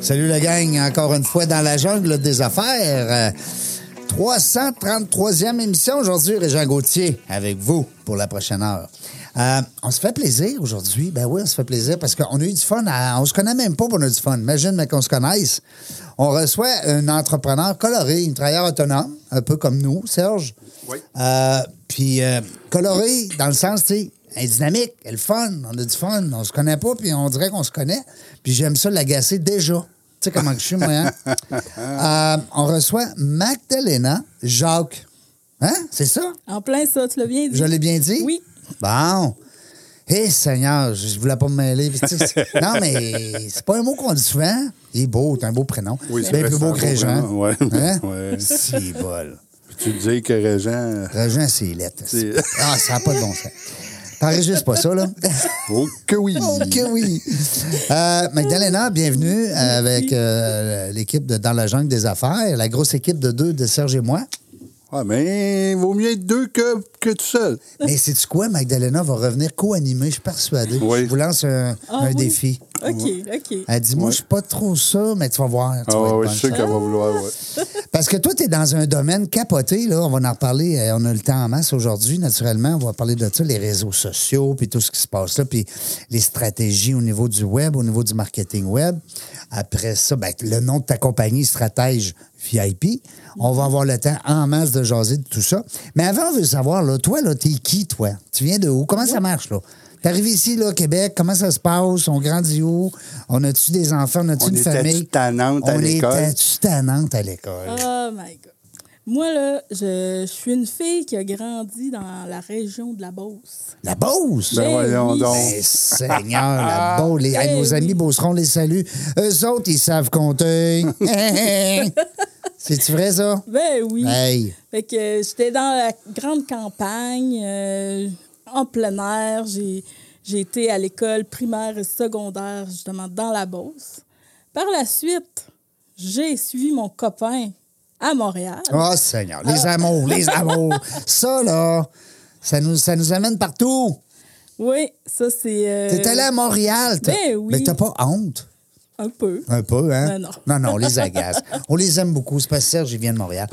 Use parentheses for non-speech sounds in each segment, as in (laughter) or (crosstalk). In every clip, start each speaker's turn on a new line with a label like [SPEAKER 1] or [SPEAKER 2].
[SPEAKER 1] Salut la gang, encore une fois dans la jungle des affaires. Euh, 333e émission aujourd'hui, Régent Gauthier, avec vous pour la prochaine heure. Euh, on se fait plaisir aujourd'hui. Ben oui, on se fait plaisir parce qu'on a eu du fun. à- on se connaît même pas pour a du fun. Imagine mais qu'on se connaisse. On reçoit un entrepreneur coloré, une travailleur autonome, un peu comme nous, Serge.
[SPEAKER 2] Oui.
[SPEAKER 1] Euh, puis euh, coloré dans le sens, tu sais, elle est dynamique, elle est fun, on a du fun, on se connaît pas, puis on dirait qu'on se connaît. Puis j'aime ça l'agacer déjà. Tu sais comment que je suis, moi,
[SPEAKER 2] (laughs)
[SPEAKER 1] hein? Euh, on reçoit Magdalena Jacques. Hein? C'est ça?
[SPEAKER 3] En plein ça, tu l'as bien dit.
[SPEAKER 1] Je l'ai bien dit?
[SPEAKER 3] Oui.
[SPEAKER 1] Bon. Hé, Seigneur, je je voulais pas me mêler. Puis tu sais, c'est-
[SPEAKER 2] (laughs)
[SPEAKER 1] non, mais c'est pas un mot qu'on dit souvent. Il est beau, t'as un beau prénom.
[SPEAKER 2] Oui, c'est
[SPEAKER 1] bien
[SPEAKER 2] vrai,
[SPEAKER 1] plus
[SPEAKER 2] c'est un
[SPEAKER 1] beau que
[SPEAKER 2] beau
[SPEAKER 1] Régent.
[SPEAKER 2] prénom, ouais.
[SPEAKER 1] Hein?
[SPEAKER 2] (laughs) Ouais.
[SPEAKER 1] Si, bol.
[SPEAKER 2] Puis tu dis que Régent.
[SPEAKER 1] Régent, c'est lettre.
[SPEAKER 2] C'est-
[SPEAKER 1] Ah, ça n'a pas de bon sens. Paris, juste pas ça, là.
[SPEAKER 2] Oh que
[SPEAKER 1] (laughs)
[SPEAKER 2] oui!
[SPEAKER 1] Oh, que oui. Euh, Magdalena, bienvenue avec euh, l'équipe de Dans la jungle des affaires, la grosse équipe de deux de Serge et moi.
[SPEAKER 2] Ah, mais vaut mieux être deux que, que tout seul.
[SPEAKER 1] Mais c'est quoi, Magdalena va revenir co-animer, je suis persuadé.
[SPEAKER 2] Oui.
[SPEAKER 1] Je vous lance un,
[SPEAKER 3] Ah
[SPEAKER 1] un
[SPEAKER 3] oui.
[SPEAKER 1] défi.
[SPEAKER 3] OK, OK.
[SPEAKER 1] Elle dit, moi, je suis pas trop ça, mais tu vas voir. tu
[SPEAKER 2] Ah,
[SPEAKER 1] vas être
[SPEAKER 2] ouais, je
[SPEAKER 1] bonne.
[SPEAKER 2] suis sûr qu'elle va vouloir. Ouais.
[SPEAKER 1] Parce que toi, tu es dans un domaine capoté, là. On va en reparler. euh, On a le temps en masse aujourd'hui, naturellement. On va parler de ça, les réseaux sociaux, puis tout ce qui se passe là, puis les stratégies au niveau du web, au niveau du marketing web. Après ça, ben, le nom de ta compagnie, Stratège VIP. On va avoir le temps en masse de jaser de tout ça. Mais avant, on veut savoir, là, toi, là, t'es qui, toi? Tu viens de où? Comment ça marche, là? T'es arrivé ici, là, au Québec, comment ça se passe? On grandit où? On a-tu des enfants? On a-tu
[SPEAKER 2] On
[SPEAKER 1] une
[SPEAKER 2] était-tu
[SPEAKER 1] famille?
[SPEAKER 2] tannante à
[SPEAKER 1] On
[SPEAKER 2] l'école?
[SPEAKER 1] était-tu tannante à l'école?
[SPEAKER 3] Oh my God. Moi, là, je, je suis une fille qui a grandi dans la région de la Beauce.
[SPEAKER 1] La Beauce!
[SPEAKER 2] Ben,
[SPEAKER 3] Eh
[SPEAKER 2] voyons
[SPEAKER 3] oui.
[SPEAKER 2] donc.
[SPEAKER 1] Eh, Seigneur, la Beauce.
[SPEAKER 3] (laughs)
[SPEAKER 1] Les, hey,
[SPEAKER 3] Eh
[SPEAKER 1] nos
[SPEAKER 3] oui.
[SPEAKER 1] amis Beaucerons, les saluts. Eux autres, ils savent compter.
[SPEAKER 3] (laughs)
[SPEAKER 1] C'est-tu vrai, ça?
[SPEAKER 3] Ben oui.
[SPEAKER 1] Hey!
[SPEAKER 3] Fait que euh, j'étais dans la grande campagne, euh, en plein air. J'ai, j'ai été à l'école primaire et secondaire, justement, dans la Beauce. Par la suite, j'ai suivi mon copain à Montréal.
[SPEAKER 1] Oh, Seigneur!
[SPEAKER 3] Ah.
[SPEAKER 1] Les amours, les amours! Ça, là, ça nous, ça nous amène partout!
[SPEAKER 3] Oui, ça, c'est... euh,
[SPEAKER 1] T'es allé à Montréal! t'as-
[SPEAKER 3] ben oui.
[SPEAKER 1] Mais t'as pas honte?
[SPEAKER 3] Un peu.
[SPEAKER 1] Un peu, hein?
[SPEAKER 3] Ben non.
[SPEAKER 1] non, on les
[SPEAKER 3] (laughs)
[SPEAKER 1] agace. on les aime beaucoup. C'est pas Serge, il vient de Montréal.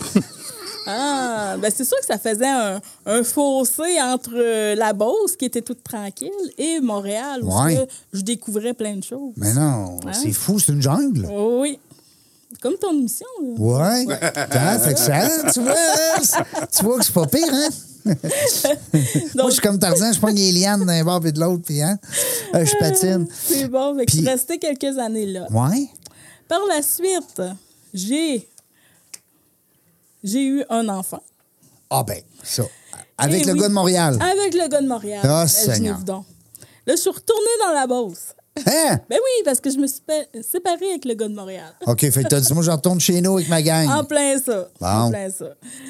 [SPEAKER 3] Ah, ben c'est sûr que ça faisait un, un fossé entre euh, la Beauce, qui était toute tranquille, et Montréal, où
[SPEAKER 1] Ouais.
[SPEAKER 3] ce que je découvrais plein de choses.
[SPEAKER 1] Mais non,
[SPEAKER 3] Hein?
[SPEAKER 1] c'est fou, c'est une jungle.
[SPEAKER 3] Oui. Comme ton émission, là.
[SPEAKER 1] Ouais. Ah, fait que ça, tu vois, hein, tu vois que c'est pas pire, hein? Moi,
[SPEAKER 3] Donc,
[SPEAKER 1] je suis comme Tarzan, je prends les lianes d'un bord et de l'autre, puis hein, euh, je patine.
[SPEAKER 3] c'est bon. Fait que
[SPEAKER 1] Puis-
[SPEAKER 3] je suis restée quelques années là.
[SPEAKER 1] Ouais.
[SPEAKER 3] Par la suite, j'ai... J'ai eu un enfant.
[SPEAKER 1] Ah ben, ça. Avec
[SPEAKER 3] Eh
[SPEAKER 1] le
[SPEAKER 3] oui.
[SPEAKER 1] gars de Montréal.
[SPEAKER 3] Avec le gars de Montréal.
[SPEAKER 1] Ah,
[SPEAKER 3] Euh,
[SPEAKER 1] Seigneur.
[SPEAKER 3] Genève donc. Là, je suis retournée dans la Beauce.
[SPEAKER 1] Hein?
[SPEAKER 3] Ben oui, parce que je me suis pa- séparée avec le gars de Montréal.
[SPEAKER 1] OK, fait que t'as dit, moi, je retourne chez nous avec ma
[SPEAKER 3] En
[SPEAKER 1] gang.
[SPEAKER 3] plein ça.
[SPEAKER 1] Bon.
[SPEAKER 3] En plein ça.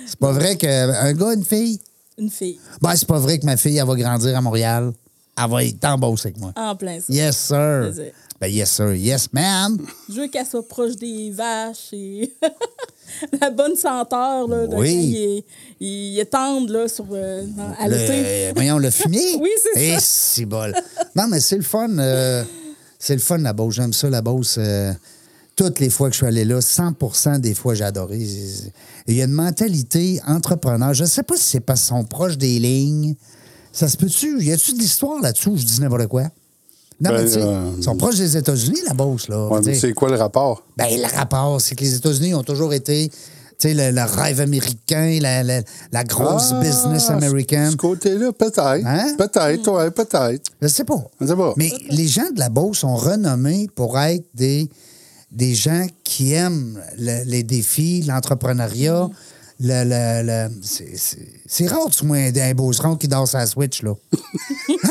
[SPEAKER 1] C'est pas vrai qu'un gars, une fille?
[SPEAKER 3] Une fille.
[SPEAKER 1] Ben, c'est pas vrai que ma fille, elle va grandir à Montréal. Elle va être en Beauce avec moi.
[SPEAKER 3] En plein ça.
[SPEAKER 1] Yes, sir.
[SPEAKER 3] Vas-y.
[SPEAKER 1] Ben, yes, sir. Yes, ma'am.
[SPEAKER 3] Je veux qu'elle soit proche des vaches et (laughs) la bonne senteur là, de
[SPEAKER 1] Oui.
[SPEAKER 3] quand il est, il est tendre là, sur, euh, dans- à l'été.
[SPEAKER 1] Le, voyons, le fumier?
[SPEAKER 3] (laughs) Oui, c'est
[SPEAKER 1] Eh,
[SPEAKER 3] ça.
[SPEAKER 1] c'est bol. Non, mais c'est le fun. euh, c'est le fun, la Beauce. J'aime ça, la Beauce. euh, toutes les fois que je suis allé là, 100 des fois, j'ai adoré. Et Il y a une mentalité entrepreneur. Je ne sais pas si c'est parce qu'ils sont proches des lignes. Ça se peut-tu? Y a-tu de l'histoire là-dessus ou je dis n'importe quoi? Non,
[SPEAKER 2] Ben,
[SPEAKER 1] mais tu sais,
[SPEAKER 2] euh,
[SPEAKER 1] ils sont proches des États-Unis, la Beauce, là.
[SPEAKER 2] Ah. Ouais,
[SPEAKER 1] Tu
[SPEAKER 2] mais
[SPEAKER 1] sais.
[SPEAKER 2] c'est quoi le rapport?
[SPEAKER 1] Ben, le rapport, c'est que les États-Unis ont toujours été tu sais, le, le rêve américain, la, la- la grosse
[SPEAKER 2] Ah,
[SPEAKER 1] business
[SPEAKER 2] De
[SPEAKER 1] américaine.
[SPEAKER 2] ce côté-là, peut-être.
[SPEAKER 1] Hein?
[SPEAKER 2] Peut-être, ouais, peut-être.
[SPEAKER 1] Je sais pas.
[SPEAKER 2] Ah. On sait pas.
[SPEAKER 1] Mais les gens de la Beauce sont renommés pour être des, des gens qui aiment le- les défis, l'entrepreneuriat. Le, le- le- c'est- c'est c'est rare, tu vois, un beauceron qui danse à la Switch, là. Hein?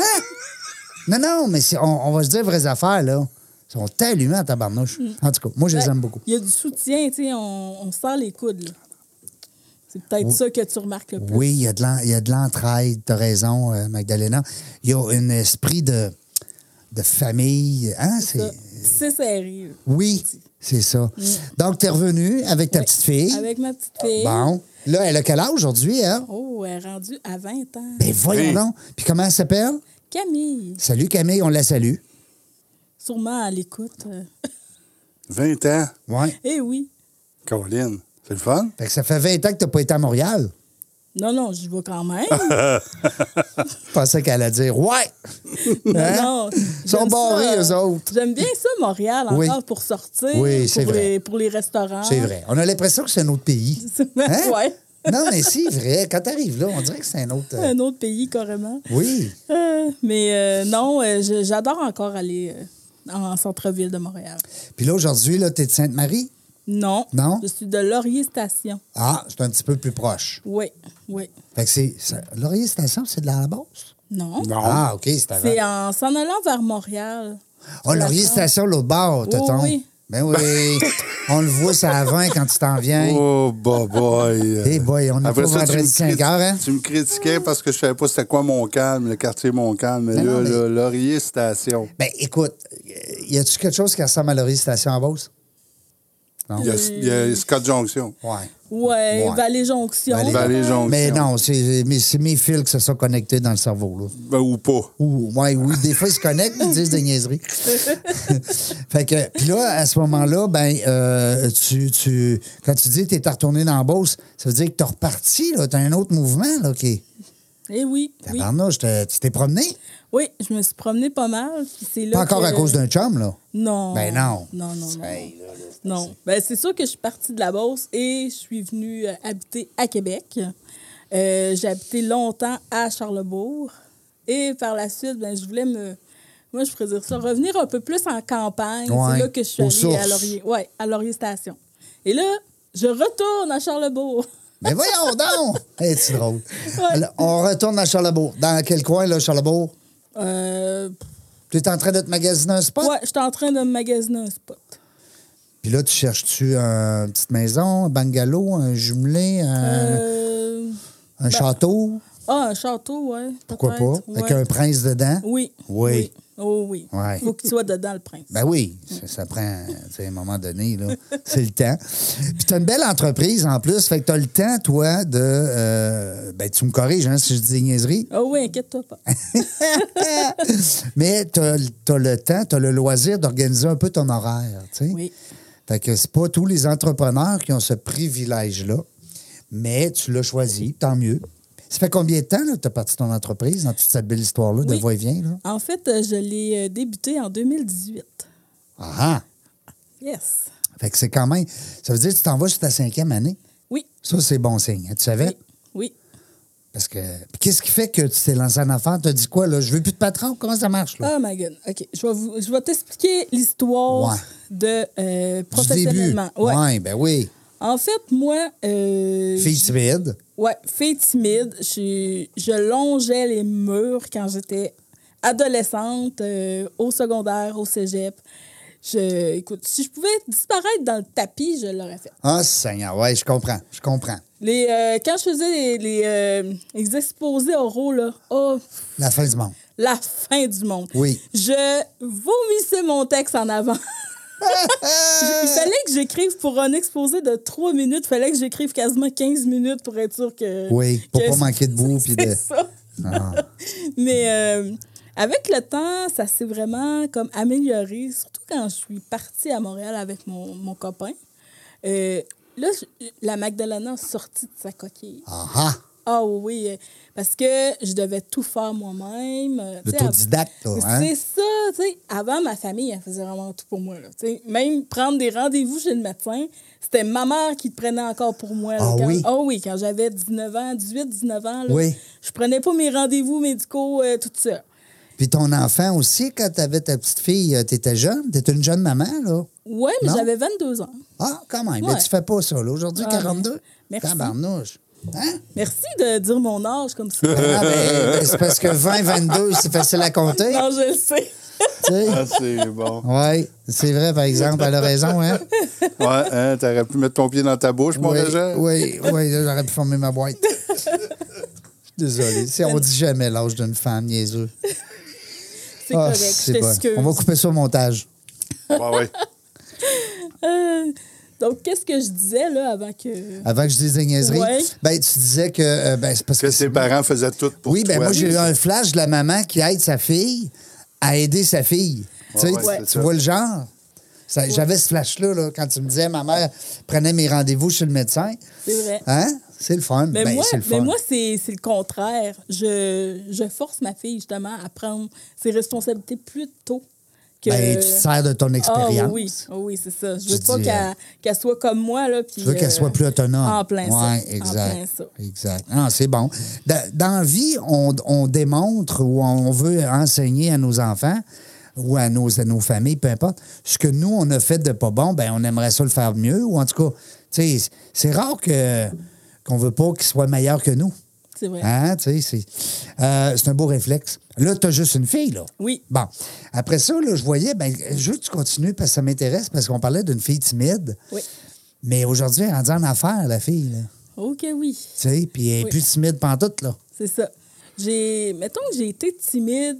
[SPEAKER 1] Non, non, mais c'est- on, on va se dire vraies affaires, là. Ils sont allumés à tabarnouche. En tout cas, moi, je les aime beaucoup.
[SPEAKER 3] Il y a du soutien, tu sais, on, on serre les coudes. là. C'est peut-être ça que tu remarques le plus.
[SPEAKER 1] Oui, il y a de l'en- il y a de l'entraide, t'as raison, euh, Magdalena. Il y a un esprit de, de famille. Hein?
[SPEAKER 3] Ça,
[SPEAKER 1] c'est-
[SPEAKER 3] C'est sérieux.
[SPEAKER 1] Oui, c'est ça. Donc, t'es revenu avec ta
[SPEAKER 3] Ouais.
[SPEAKER 1] petite fille.
[SPEAKER 3] Avec ma petite fille.
[SPEAKER 1] Bon. Là, elle a quel âge aujourd'hui, hein?
[SPEAKER 3] Oh, elle est rendue à 20 ans.
[SPEAKER 1] Ben voyons
[SPEAKER 2] Hey.
[SPEAKER 1] donc. Puis comment elle s'appelle?
[SPEAKER 3] Camille,
[SPEAKER 1] Salut Camille, on la salue.
[SPEAKER 3] sûrement à l'écoute. euh. (laughs)
[SPEAKER 2] 20 ans,
[SPEAKER 1] Ouais.
[SPEAKER 3] Eh oui.
[SPEAKER 2] Caroline. C'est le fun?
[SPEAKER 1] Fait que ça fait 20 ans que t'as pas été à Montréal.
[SPEAKER 3] Non, non, j'y vais quand même.
[SPEAKER 1] Je pensais qu'elle allait dire Ouais! Hein?
[SPEAKER 3] Non, non.
[SPEAKER 1] Ils sont
[SPEAKER 3] j'aime
[SPEAKER 1] barrés,
[SPEAKER 3] ça,
[SPEAKER 1] eux
[SPEAKER 3] euh,
[SPEAKER 1] autres.
[SPEAKER 3] J'aime bien ça, Montréal,
[SPEAKER 1] Oui.
[SPEAKER 3] encore pour sortir.
[SPEAKER 1] Oui, c'est
[SPEAKER 3] pour
[SPEAKER 1] vrai.
[SPEAKER 3] Les, pour les restaurants.
[SPEAKER 1] C'est vrai. On a l'impression que c'est un autre pays. Hein?
[SPEAKER 3] Ah. (laughs) ouais.
[SPEAKER 1] Non, mais c'est vrai. Quand t'arrives là, on dirait que c'est un autre.
[SPEAKER 3] (laughs)
[SPEAKER 1] euh,
[SPEAKER 3] Un autre pays, carrément.
[SPEAKER 1] Oui.
[SPEAKER 3] Euh, mais euh, non, euh, je- j'adore encore aller euh, en centre-ville de Montréal.
[SPEAKER 1] Puis là, aujourd'hui, là, t'es de Sainte-Marie?
[SPEAKER 3] Non.
[SPEAKER 1] Non?
[SPEAKER 3] Je suis de Laurier Station.
[SPEAKER 1] Ah, c'est un petit peu plus proche.
[SPEAKER 3] Oui, oui.
[SPEAKER 1] Fait que c'est. ça- Laurier Station, c'est de la Beauce?
[SPEAKER 3] Non.
[SPEAKER 2] Non.
[SPEAKER 1] Ah, OK, c'est avant.
[SPEAKER 3] C'est en s'en allant vers Montréal.
[SPEAKER 1] Ah, Laurier Station, l'autre bord, tonton.
[SPEAKER 3] oui.
[SPEAKER 1] Ben
[SPEAKER 3] (laughs)
[SPEAKER 1] oui. on le voit, c'est à 20 quand tu t'en viens.
[SPEAKER 2] Oh, bah, boy.
[SPEAKER 1] (laughs) Hey boy, on est
[SPEAKER 2] Après
[SPEAKER 1] pas
[SPEAKER 2] ça, tu
[SPEAKER 1] vendredi
[SPEAKER 2] me
[SPEAKER 1] 5 heures, hein?
[SPEAKER 2] Tu me critiquais parce que je savais pas c'était quoi Montcalm, le quartier Montcalm. Mais
[SPEAKER 1] Mais
[SPEAKER 2] là,
[SPEAKER 1] non, mais-
[SPEAKER 2] là, Laurier Station.
[SPEAKER 1] Ben écoute, y a-tu quelque chose qui ressemble à Laurier Station en Beauce?
[SPEAKER 2] Il y, a, il y a Scott Junction.
[SPEAKER 1] Ouais.
[SPEAKER 3] Ouais,
[SPEAKER 1] Ouais.
[SPEAKER 3] Vallée-Jonction.
[SPEAKER 1] Vallée-
[SPEAKER 2] Vallée-Jonction.
[SPEAKER 1] Mais non, c'est mais c'est mes fils qui se sont connectés dans le cerveau, là.
[SPEAKER 2] Ben, ou pas.
[SPEAKER 1] Ou, ouais, oui, des fois, ils se connectent, ils disent des
[SPEAKER 3] (laughs)
[SPEAKER 1] niaiseries. fait que, puis là, à ce moment-là, ben, euh, tu, tu, quand tu dis que t'es retourné dans la Beauce, ça veut dire que t'es reparti, là, t'as un autre mouvement, là, qui est...
[SPEAKER 3] Eh oui, oui.
[SPEAKER 1] Tabarnouche, t'as- tu t'es promené?
[SPEAKER 3] Oui, je me suis promenée pas mal. puis c'est là euh,
[SPEAKER 1] Pas encore
[SPEAKER 3] que-
[SPEAKER 1] à cause d'un chum, là?
[SPEAKER 3] Non.
[SPEAKER 1] Ben non.
[SPEAKER 3] Non, non, non.
[SPEAKER 1] Hey,
[SPEAKER 3] Non. Ben, c'est sûr que je suis partie de la Beauce et je suis venue euh, habiter à Québec. Euh, j'ai habité longtemps à Charlebourg. Et par la suite, ben, je voulais me. Moi, je pourrais dire ça. Revenir un peu plus en campagne.
[SPEAKER 1] Ouais.
[SPEAKER 3] C'est là que je suis
[SPEAKER 1] Aux
[SPEAKER 3] allée à
[SPEAKER 1] sources.
[SPEAKER 3] Laurier. Ouais, à Laurier Station. Et là, je retourne à Charlebourg.
[SPEAKER 1] Mais
[SPEAKER 3] (laughs)
[SPEAKER 1] voyons donc! Hey, c'est drôle. Alors, on retourne à Charlebourg. Dans quel coin, là, Charlebourg?
[SPEAKER 3] Euh,
[SPEAKER 1] Tu es en train de te magasiner un spot?
[SPEAKER 3] ouais, j'étais en train de me magasiner un spot.
[SPEAKER 1] Puis là, tu cherches-tu un- une petite maison, un bungalow, un jumelé, un,
[SPEAKER 3] Euh,
[SPEAKER 1] un château?
[SPEAKER 3] Ah, un château, ouais.
[SPEAKER 1] Pourquoi pas?
[SPEAKER 3] peut-être,
[SPEAKER 1] Avec
[SPEAKER 3] ouais.
[SPEAKER 1] un prince dedans?
[SPEAKER 3] Oui.
[SPEAKER 1] Oui.
[SPEAKER 3] Oh oui.
[SPEAKER 1] Ouais.
[SPEAKER 3] Faut qu'il soit dedans, le prince.
[SPEAKER 1] Ben oui, ça, ça prend, tu sais, à un moment donné, là, (laughs) c'est le temps. Puis t'as une belle entreprise en plus, fait que t'as le temps, toi, de... euh, ben, tu me corriges, hein, si je dis des niaiseries.
[SPEAKER 3] Ah oui, inquiète-toi
[SPEAKER 1] (laughs)
[SPEAKER 3] pas.
[SPEAKER 1] Mais t'as as le temps, t'as le loisir d'organiser un peu ton horaire, tu sais.
[SPEAKER 3] Oui.
[SPEAKER 1] Fait que c'est pas tous les entrepreneurs qui ont ce privilège-là, mais tu l'as choisi, tant mieux. Ça fait combien de temps, là, que t'as parti ton entreprise dans toute cette belle histoire-là de
[SPEAKER 3] Oui.
[SPEAKER 1] va-et-vient, là?
[SPEAKER 3] En fait, euh, je l'ai euh, débuté en 2018.
[SPEAKER 1] Ah ah!
[SPEAKER 3] Yes.
[SPEAKER 1] Fait que c'est quand même. Ça veut dire que tu t'en vas sur ta cinquième année.
[SPEAKER 3] Oui.
[SPEAKER 1] Ça, c'est bon signe. hein, Tu savais?
[SPEAKER 3] Oui. oui.
[SPEAKER 1] Parce que. Puis qu'est-ce qui fait que tu t'es lancé en affaires? Tu as dit quoi, là? Je veux plus de patron? Comment ça marche, là?
[SPEAKER 3] Oh my God. OK. Je vais, vous- je vais t'expliquer l'histoire
[SPEAKER 1] Ouais.
[SPEAKER 3] de euh,
[SPEAKER 1] Du début.
[SPEAKER 3] professionnellement. Ouais.
[SPEAKER 1] Ouais, ben oui.
[SPEAKER 3] En fait, moi. euh,
[SPEAKER 1] Fille
[SPEAKER 3] je-
[SPEAKER 1] timide.
[SPEAKER 3] Ouais, fille timide. Je, suis- je longeais les murs quand j'étais adolescente, euh, au secondaire, au cégep. Je, écoute, si je pouvais disparaître dans le tapis, je l'aurais fait.
[SPEAKER 1] Ah, Seigneur, ouais, je comprends. Je comprends.
[SPEAKER 3] Les, euh, quand je faisais les, les, euh, les exposés oraux, là, oh,
[SPEAKER 1] La fin du monde.
[SPEAKER 3] la fin du monde.
[SPEAKER 1] Oui.
[SPEAKER 3] Je vomissais mon texte en
[SPEAKER 1] (laughs)
[SPEAKER 3] avant. Il fallait que j'écrive pour un exposé de 3 minutes. Il fallait que j'écrive quasiment 15 minutes pour être sûr que.
[SPEAKER 1] Oui, pour
[SPEAKER 3] que-
[SPEAKER 1] pas manquer de bout, puis de-
[SPEAKER 3] (laughs) C'est ça.
[SPEAKER 1] Ah,
[SPEAKER 3] Mais euh, avec le temps, ça s'est vraiment comme amélioré, surtout quand je suis partie à Montréal avec mon, mon copain. Euh, là, je- la Magdalena a sorti de sa coquille.
[SPEAKER 1] Ah ah!
[SPEAKER 3] Ah oui, euh, parce que je devais tout faire moi-même. euh, tu sais,
[SPEAKER 1] L'autodidacte,
[SPEAKER 3] av-
[SPEAKER 1] là, hein?
[SPEAKER 3] C'est ça, tu sais. Avant, ma famille, elle faisait vraiment tout pour moi. Là, tu sais. même prendre des rendez-vous chez le médecin, c'était ma mère qui le prenait encore pour moi. là,
[SPEAKER 1] Ah
[SPEAKER 3] quand,
[SPEAKER 1] oui?
[SPEAKER 3] quand j'avais 19 ans, 18, 19 ans, là,
[SPEAKER 1] Oui.
[SPEAKER 3] je prenais pas mes rendez-vous médicaux euh, toute seule.
[SPEAKER 1] Puis Puis ton enfant aussi, quand tu avais ta petite fille, tu étais jeune, tu étais une jeune maman, là.
[SPEAKER 3] Oui, mais
[SPEAKER 1] Non?
[SPEAKER 3] j'avais 22 ans.
[SPEAKER 1] Ah, quand même.
[SPEAKER 3] Ouais.
[SPEAKER 1] Mais tu fais pas ça, là. Aujourd'hui,
[SPEAKER 3] Ah,
[SPEAKER 1] 42.
[SPEAKER 3] merci.
[SPEAKER 1] Tabarnouche. Hein?
[SPEAKER 3] Merci de dire mon âge
[SPEAKER 1] (laughs)
[SPEAKER 3] comme ça.
[SPEAKER 1] Ah, ben, ben, c'est parce que 20, 22, c'est facile à compter.
[SPEAKER 3] (laughs) non, je le sais.
[SPEAKER 1] tu sais.
[SPEAKER 2] Ah, c'est bon.
[SPEAKER 1] Oui, c'est vrai, par exemple. Elle a raison, hein?
[SPEAKER 2] Ouais, hein, t'aurais pu mettre ton pied dans ta bouche, mon
[SPEAKER 1] oui,
[SPEAKER 2] Régent.
[SPEAKER 1] oui, oui, là, j'aurais pu former ma
[SPEAKER 3] (laughs)
[SPEAKER 1] boîte. Désolé. Si on dit jamais l'âge d'une femme, niaiseux.
[SPEAKER 3] C'est
[SPEAKER 1] Ah,
[SPEAKER 3] correct, je
[SPEAKER 1] c'est bon.
[SPEAKER 3] t'excuse.
[SPEAKER 1] On va couper ça au montage.
[SPEAKER 2] Ouais, ouais.
[SPEAKER 3] Euh, donc, qu'est-ce que je disais là avant que.
[SPEAKER 1] Avant que je dise des niaiseries,
[SPEAKER 3] Ouais.
[SPEAKER 1] ben, tu disais que. euh, ben, c'est parce
[SPEAKER 2] Que ses parents faisaient tout pour
[SPEAKER 1] Oui,
[SPEAKER 2] toi.
[SPEAKER 1] ben moi, j'ai eu un flash de la maman qui aide sa fille à aider sa fille. Tu sais,
[SPEAKER 2] Ouais, ouais,
[SPEAKER 1] tu
[SPEAKER 2] c'est ça.
[SPEAKER 1] vois le genre? Ça- J'avais ce flash-là là, quand tu me disais ma mère prenait mes rendez-vous chez le médecin.
[SPEAKER 3] C'est vrai.
[SPEAKER 1] Hein? C'est le fun.
[SPEAKER 3] Eh. Mais
[SPEAKER 1] Ben,
[SPEAKER 3] moi,
[SPEAKER 1] c'est le
[SPEAKER 3] mais
[SPEAKER 1] fun.
[SPEAKER 3] moi, c'est c'est le contraire. Je, je force ma fille justement à prendre ses responsabilités plus tôt. Que...
[SPEAKER 1] Ben, tu te sers de ton
[SPEAKER 3] Ah
[SPEAKER 1] expérience.
[SPEAKER 3] oui, ah oui c'est ça. Je
[SPEAKER 1] Tu
[SPEAKER 3] veux pas
[SPEAKER 1] dis, euh,
[SPEAKER 3] qu'elle qu'elle soit comme moi. Là, euh,
[SPEAKER 1] Tu veux qu'elle soit plus autonome.
[SPEAKER 3] En plein ça.
[SPEAKER 1] Ouais, exact.
[SPEAKER 3] En plein ça.
[SPEAKER 1] Exact. Ah, c'est bon. Dans, dans la vie, on, on démontre ou on veut enseigner à nos enfants ou à nos, à nos familles, peu importe, ce que nous, on a fait de pas bon, ben on aimerait ça le faire mieux. Ou en tout cas, tu sais, c'est rare que qu'on veut pas qu'ils soient meilleurs que nous.
[SPEAKER 3] C'est vrai.
[SPEAKER 1] Hein, tu sais, c'est euh, c'est un beau réflexe. Là, tu as juste une fille, là.
[SPEAKER 3] Oui.
[SPEAKER 1] Bon. Après ça, là, je voyais, ben, je veux que tu continues parce que ça m'intéresse, parce qu'on parlait d'une fille timide.
[SPEAKER 3] Oui.
[SPEAKER 1] Mais aujourd'hui, elle est rendue en affaires, la fille, là.
[SPEAKER 3] OK, oui.
[SPEAKER 1] Tu sais, puis elle est
[SPEAKER 3] Oui.
[SPEAKER 1] plus timide pantoute, là.
[SPEAKER 3] C'est ça. J'ai, mettons que j'ai été timide,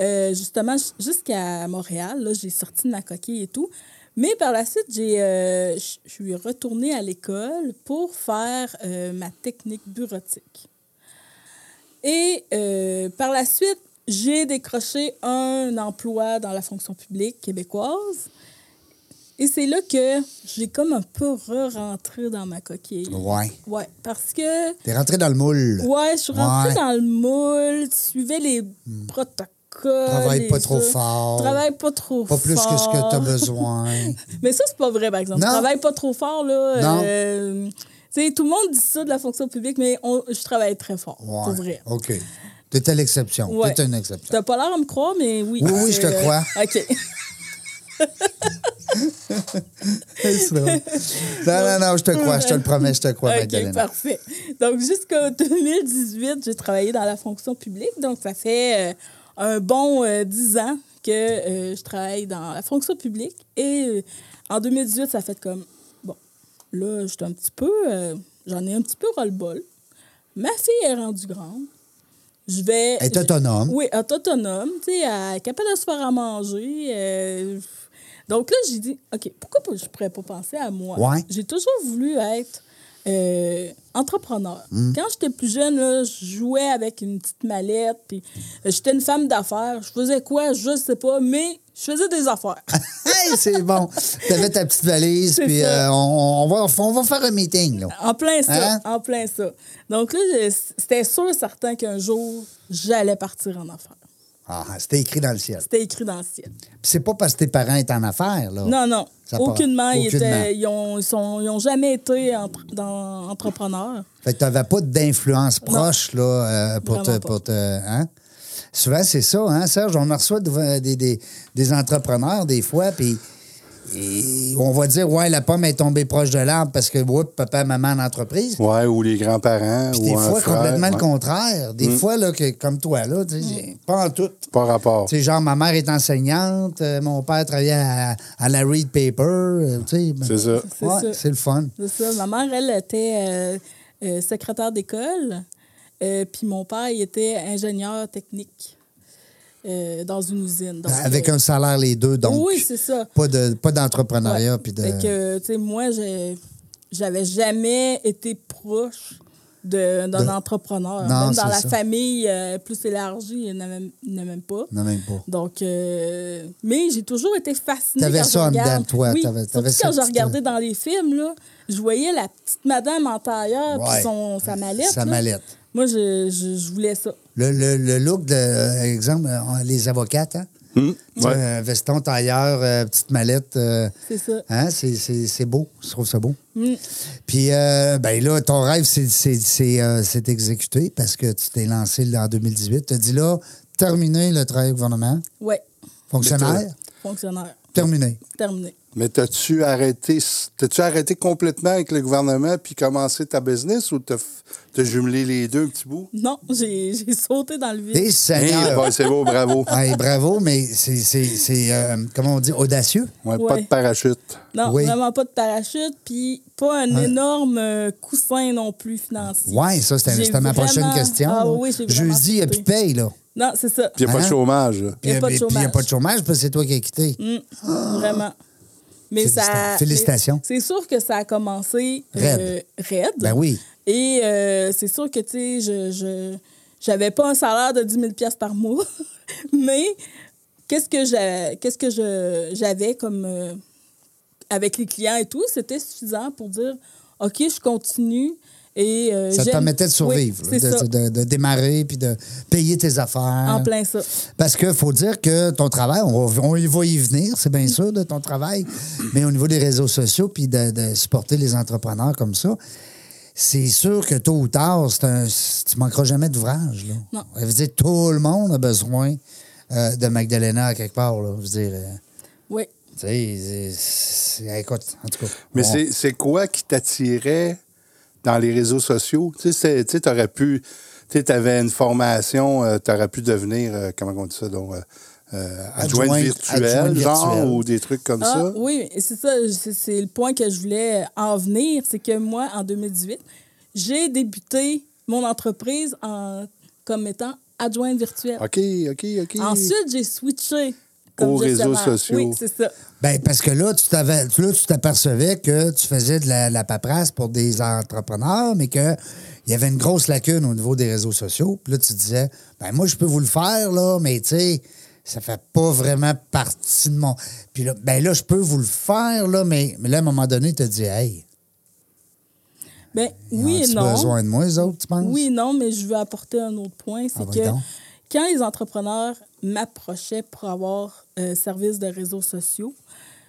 [SPEAKER 3] euh, justement, j- jusqu'à Montréal. Là, j'ai sorti de ma coquille et tout. Mais par la suite, j'ai, euh, j- je suis retournée à l'école pour faire euh, ma technique bureautique. Et euh, par la suite, j'ai décroché un emploi dans la fonction publique québécoise. Et c'est là que j'ai comme un peu re-rentré dans ma coquille.
[SPEAKER 1] Ouais.
[SPEAKER 3] Ouais, parce que
[SPEAKER 1] T'es rentré dans le moule.
[SPEAKER 3] Ouais, je suis rentrée
[SPEAKER 1] Ouais. Hmm.
[SPEAKER 3] dans le moule, tu suivais les protocoles.
[SPEAKER 1] Travaille pas
[SPEAKER 3] les
[SPEAKER 1] trop
[SPEAKER 3] autres.
[SPEAKER 1] fort.
[SPEAKER 3] Travaille pas trop
[SPEAKER 1] Pas
[SPEAKER 3] fort.
[SPEAKER 1] plus que ce que t'as besoin.
[SPEAKER 3] (laughs) Mais ça, c'est pas vrai, par exemple.
[SPEAKER 1] Non.
[SPEAKER 3] Travaille pas trop fort, là.
[SPEAKER 1] Non.
[SPEAKER 3] euh, tu sais, tout le monde dit ça de la fonction publique, mais on- je travaille très fort,
[SPEAKER 1] Ouais.
[SPEAKER 3] pour vrai.
[SPEAKER 1] OK. T'étais l'exception.
[SPEAKER 3] Ouais.
[SPEAKER 1] T'étais une exception.
[SPEAKER 3] T'as pas l'air à me croire, mais oui.
[SPEAKER 1] Oui, oui, je te
[SPEAKER 3] Euh,
[SPEAKER 1] crois.
[SPEAKER 3] OK.
[SPEAKER 1] C'est drôle. non, non, non, je te crois. Je te le promets, je te crois,
[SPEAKER 3] OK,
[SPEAKER 1] Magdalena.
[SPEAKER 3] parfait. Donc, jusqu'en (laughs) 2018, j'ai travaillé dans la fonction publique. Donc, ça fait euh, un bon euh, 10 ans que euh, je travaille dans la fonction publique. Et euh, en 2018, ça fait comme, bon, là, j'étais un petit peu, euh, j'en ai un petit peu ras-le-bol. Ma fille est rendue grande. Je vais...
[SPEAKER 1] Elle est autonome.
[SPEAKER 3] Oui, elle est autonome, tu sais, elle est capable de se faire à manger. euh, donc là, j'ai dit, OK, pourquoi pas- je pourrais pas penser à moi?
[SPEAKER 1] Ouais.
[SPEAKER 3] J'ai toujours voulu être euh, entrepreneur.
[SPEAKER 1] Hmm.
[SPEAKER 3] Quand j'étais plus jeune, là, je jouais avec une petite mallette, puis euh, j'étais une femme d'affaires. Je faisais quoi? Je sais pas, mais je faisais des affaires.
[SPEAKER 1] (laughs) Hey, c'est bon. T'avais ta petite valise,
[SPEAKER 3] C'est
[SPEAKER 1] puis
[SPEAKER 3] ça.
[SPEAKER 1] euh, on, on va, on va faire un meeting, là.
[SPEAKER 3] En plein ça,
[SPEAKER 1] Hein?
[SPEAKER 3] en plein ça. Donc là, je- c'était sûr et certain qu'un jour, j'allais partir en affaires.
[SPEAKER 1] Ah, c'était écrit dans le ciel.
[SPEAKER 3] C'était écrit dans le ciel.
[SPEAKER 1] Puis c'est pas parce que tes parents étaient en affaires, là.
[SPEAKER 3] Non, non.
[SPEAKER 1] Ça part.
[SPEAKER 3] Aucunement, ils
[SPEAKER 1] Aucunement.
[SPEAKER 3] étaient- ils ont- ils sont- ils ont jamais été entre- dans- entrepreneurs.
[SPEAKER 1] Fait que t'avais pas d'influence proche, là, euh, pour, te,
[SPEAKER 3] Vraiment pas.
[SPEAKER 1] pour te. hein? Souvent, c'est ça, hein, Serge? On en reçoit de- euh, des, des, des entrepreneurs, des fois, puis. et on va dire, ouais, la pomme est tombée proche de l'arbre parce que, ouais, papa, maman en entreprise.
[SPEAKER 2] Ouais, ou les grands-parents.
[SPEAKER 1] Puis
[SPEAKER 2] ou
[SPEAKER 1] des
[SPEAKER 2] un
[SPEAKER 1] fois,
[SPEAKER 2] frère,
[SPEAKER 1] complètement le
[SPEAKER 2] ouais. Mm.
[SPEAKER 1] contraire. Des fois, là, que, comme toi, là, tu sais,
[SPEAKER 3] Mm.
[SPEAKER 1] pas en tout.
[SPEAKER 2] Pas rapport.
[SPEAKER 1] Tu sais, genre, ma mère est enseignante, euh, mon père travaillait à, à la Read Paper, euh, tu sais. ben,
[SPEAKER 2] C'est ça.
[SPEAKER 3] C'est
[SPEAKER 1] ouais,
[SPEAKER 3] ça.
[SPEAKER 1] c'est le fun.
[SPEAKER 3] C'est ça. Ma mère, elle, était euh, euh, secrétaire d'école. Euh, puis mon père, il était ingénieur technique euh, dans une usine. Donc,
[SPEAKER 1] Ah, Avec
[SPEAKER 3] euh,
[SPEAKER 1] un salaire, les deux, donc.
[SPEAKER 3] Oui, c'est ça.
[SPEAKER 1] Pas de pas d'entrepreneuriat
[SPEAKER 3] Ouais.
[SPEAKER 1] puis de
[SPEAKER 3] Fait que, tu sais, moi, j'ai- j'avais jamais été proche de- d'un
[SPEAKER 1] De-
[SPEAKER 3] entrepreneur.
[SPEAKER 1] Non,
[SPEAKER 3] même dans
[SPEAKER 1] c'est
[SPEAKER 3] la
[SPEAKER 1] ça.
[SPEAKER 3] famille euh, plus élargie, il n'y en a même- il y en a même pas.
[SPEAKER 1] non même pas.
[SPEAKER 3] Donc, euh, mais j'ai toujours été fascinée.
[SPEAKER 1] T'avais
[SPEAKER 3] quand
[SPEAKER 1] ça
[SPEAKER 3] je
[SPEAKER 1] en dedans,
[SPEAKER 3] regarde-
[SPEAKER 1] toi,
[SPEAKER 3] Oui,
[SPEAKER 1] t'avais- t'avais
[SPEAKER 3] surtout
[SPEAKER 1] cette
[SPEAKER 3] quand je
[SPEAKER 1] petite- euh,
[SPEAKER 3] regardais dans les films, là, je voyais la petite madame en tailleur puis
[SPEAKER 1] Ouais.
[SPEAKER 3] son, sa mallette.
[SPEAKER 1] Sa
[SPEAKER 3] là.
[SPEAKER 1] mallette.
[SPEAKER 3] Moi, je, je, je voulais ça.
[SPEAKER 1] Le, le- le look de euh, exemple euh, les avocates hein. Tu sais,
[SPEAKER 2] Hmm? ouais.
[SPEAKER 1] un veston tailleur, euh, petite mallette euh,
[SPEAKER 3] C'est ça.
[SPEAKER 1] hein, c'est- c'est c'est beau, je trouve ça beau.
[SPEAKER 3] Mm.
[SPEAKER 1] Puis euh, ben là ton rêve c'est c'est- c'est, euh, c'est exécuté parce que tu t'es lancé en 2018, tu as dit là terminé le travail au gouvernement,
[SPEAKER 3] Oui,
[SPEAKER 1] fonctionnaire,
[SPEAKER 3] fonctionnaire.
[SPEAKER 1] terminé.
[SPEAKER 3] Terminé.
[SPEAKER 2] Mais t'as-tu arrêté, t'as-tu arrêté complètement avec le gouvernement puis commencé ta business ou t'as, f- t'as jumelé les deux un petit bout?
[SPEAKER 3] Non, (laughs) j'ai j'ai sauté dans le vide.
[SPEAKER 1] Et
[SPEAKER 2] Hey,
[SPEAKER 1] seigneur!
[SPEAKER 2] bon, c'est beau, bravo.
[SPEAKER 1] Ouais, bravo, mais c'est, c'est, c'est, euh, comment on dit, audacieux.
[SPEAKER 2] Ouais, Pas
[SPEAKER 3] Ouais.
[SPEAKER 2] de parachute.
[SPEAKER 3] Non,
[SPEAKER 1] Oui. Hein?
[SPEAKER 3] vraiment pas de parachute, puis pas un énorme euh, coussin non plus financier.
[SPEAKER 1] Oui, ça, c'était,
[SPEAKER 3] J'ai
[SPEAKER 1] c'était ma prochaine
[SPEAKER 3] vraiment-
[SPEAKER 1] question.
[SPEAKER 3] Ah
[SPEAKER 1] là.
[SPEAKER 3] oui, j'ai vraiment
[SPEAKER 1] Jeudi, il n'y a plus de
[SPEAKER 3] sauté.
[SPEAKER 1] paye, là.
[SPEAKER 3] Non, c'est ça.
[SPEAKER 2] Puis il n'y a pas
[SPEAKER 1] Hein?
[SPEAKER 2] de chômage. là.
[SPEAKER 3] Il y a pas de
[SPEAKER 1] Puis il n'y a
[SPEAKER 3] chômage.
[SPEAKER 1] pas de chômage parce que c'est toi qui as quitté.
[SPEAKER 3] Vraiment. Mais
[SPEAKER 1] Félicita-
[SPEAKER 3] ça.
[SPEAKER 1] Ah. félicitations.
[SPEAKER 3] mais C'est sûr que ça a commencé euh,
[SPEAKER 1] Raide.
[SPEAKER 3] raide.
[SPEAKER 1] Ben oui.
[SPEAKER 3] Et euh, c'est sûr que, tu sais, je, je, j'avais pas un salaire de 10 000 piastres par mois, (laughs) mais qu'est-ce que, j'a- qu'est-ce que je, j'avais comme. euh, avec les clients et tout, c'était suffisant pour dire OK, je continue. Et, euh,
[SPEAKER 1] Ça te
[SPEAKER 3] j'aime-
[SPEAKER 1] permettait de
[SPEAKER 3] Oui,
[SPEAKER 1] survivre, là,
[SPEAKER 3] c'est ça,
[SPEAKER 1] de, hein? de- de démarrer puis de payer tes affaires.
[SPEAKER 3] en plein ça.
[SPEAKER 1] Parce qu'il faut dire que ton travail, on, va- on y va y venir, c'est bien sûr, de ton travail, mais au niveau des réseaux sociaux puis de, de supporter les entrepreneurs comme ça, c'est sûr que tôt ou tard, c'est un, c'est- tu manqueras jamais d'ouvrage. Là.
[SPEAKER 3] Non.
[SPEAKER 1] Ça veut dire tout le monde a besoin euh, de Magdalena à quelque part. Là. Je veux dire, euh,
[SPEAKER 3] Oui.
[SPEAKER 1] tu sais, c'est- c'est- écoute, en tout cas.
[SPEAKER 2] Mais
[SPEAKER 1] on-
[SPEAKER 2] c'est, c'est quoi qui t'attirait dans les réseaux sociaux? Tu sais, c'est- tu sais, t'aurais pu. Tu avais une formation, euh, t'aurais pu devenir, euh, comment on dit ça, donc, euh, euh, adjointe,
[SPEAKER 1] Adjointe-
[SPEAKER 2] virtuelle,
[SPEAKER 1] adjointe
[SPEAKER 2] genre,
[SPEAKER 1] virtuelle.
[SPEAKER 2] ou des trucs comme
[SPEAKER 3] Ah,
[SPEAKER 2] ça.
[SPEAKER 3] Oui, c'est ça. C'est, c'est le point que je voulais en venir. C'est que moi, en 2018, j'ai débuté mon entreprise en, comme étant adjointe virtuelle.
[SPEAKER 2] OK, OK, OK.
[SPEAKER 3] Ensuite, j'ai switché.
[SPEAKER 2] Aux réseaux
[SPEAKER 3] gestionnaire.
[SPEAKER 2] sociaux.
[SPEAKER 3] Oui, c'est ça.
[SPEAKER 1] Ben, parce que là, tu t'avais, là, tu t'apercevais que tu faisais de la, la paperasse pour des entrepreneurs, mais qu'il y avait une grosse lacune au niveau des réseaux sociaux. Puis là, tu disais, ben moi, je peux vous le faire, là, mais tu sais, ça fait pas vraiment partie de mon. Puis là, ben là, je peux vous le faire, là, mais, mais là, à un moment donné, tu te dis, hey,
[SPEAKER 3] Ben,
[SPEAKER 2] Ah,
[SPEAKER 1] ils
[SPEAKER 3] oui et
[SPEAKER 1] ont-tu
[SPEAKER 3] non.
[SPEAKER 1] besoin de moi, les autres, tu penses?
[SPEAKER 3] Oui et non, mais je veux apporter un autre point. C'est
[SPEAKER 1] Ah, vas-y
[SPEAKER 3] que
[SPEAKER 1] donc.
[SPEAKER 3] quand les entrepreneurs m'approchaient pour avoir euh, service de réseaux sociaux,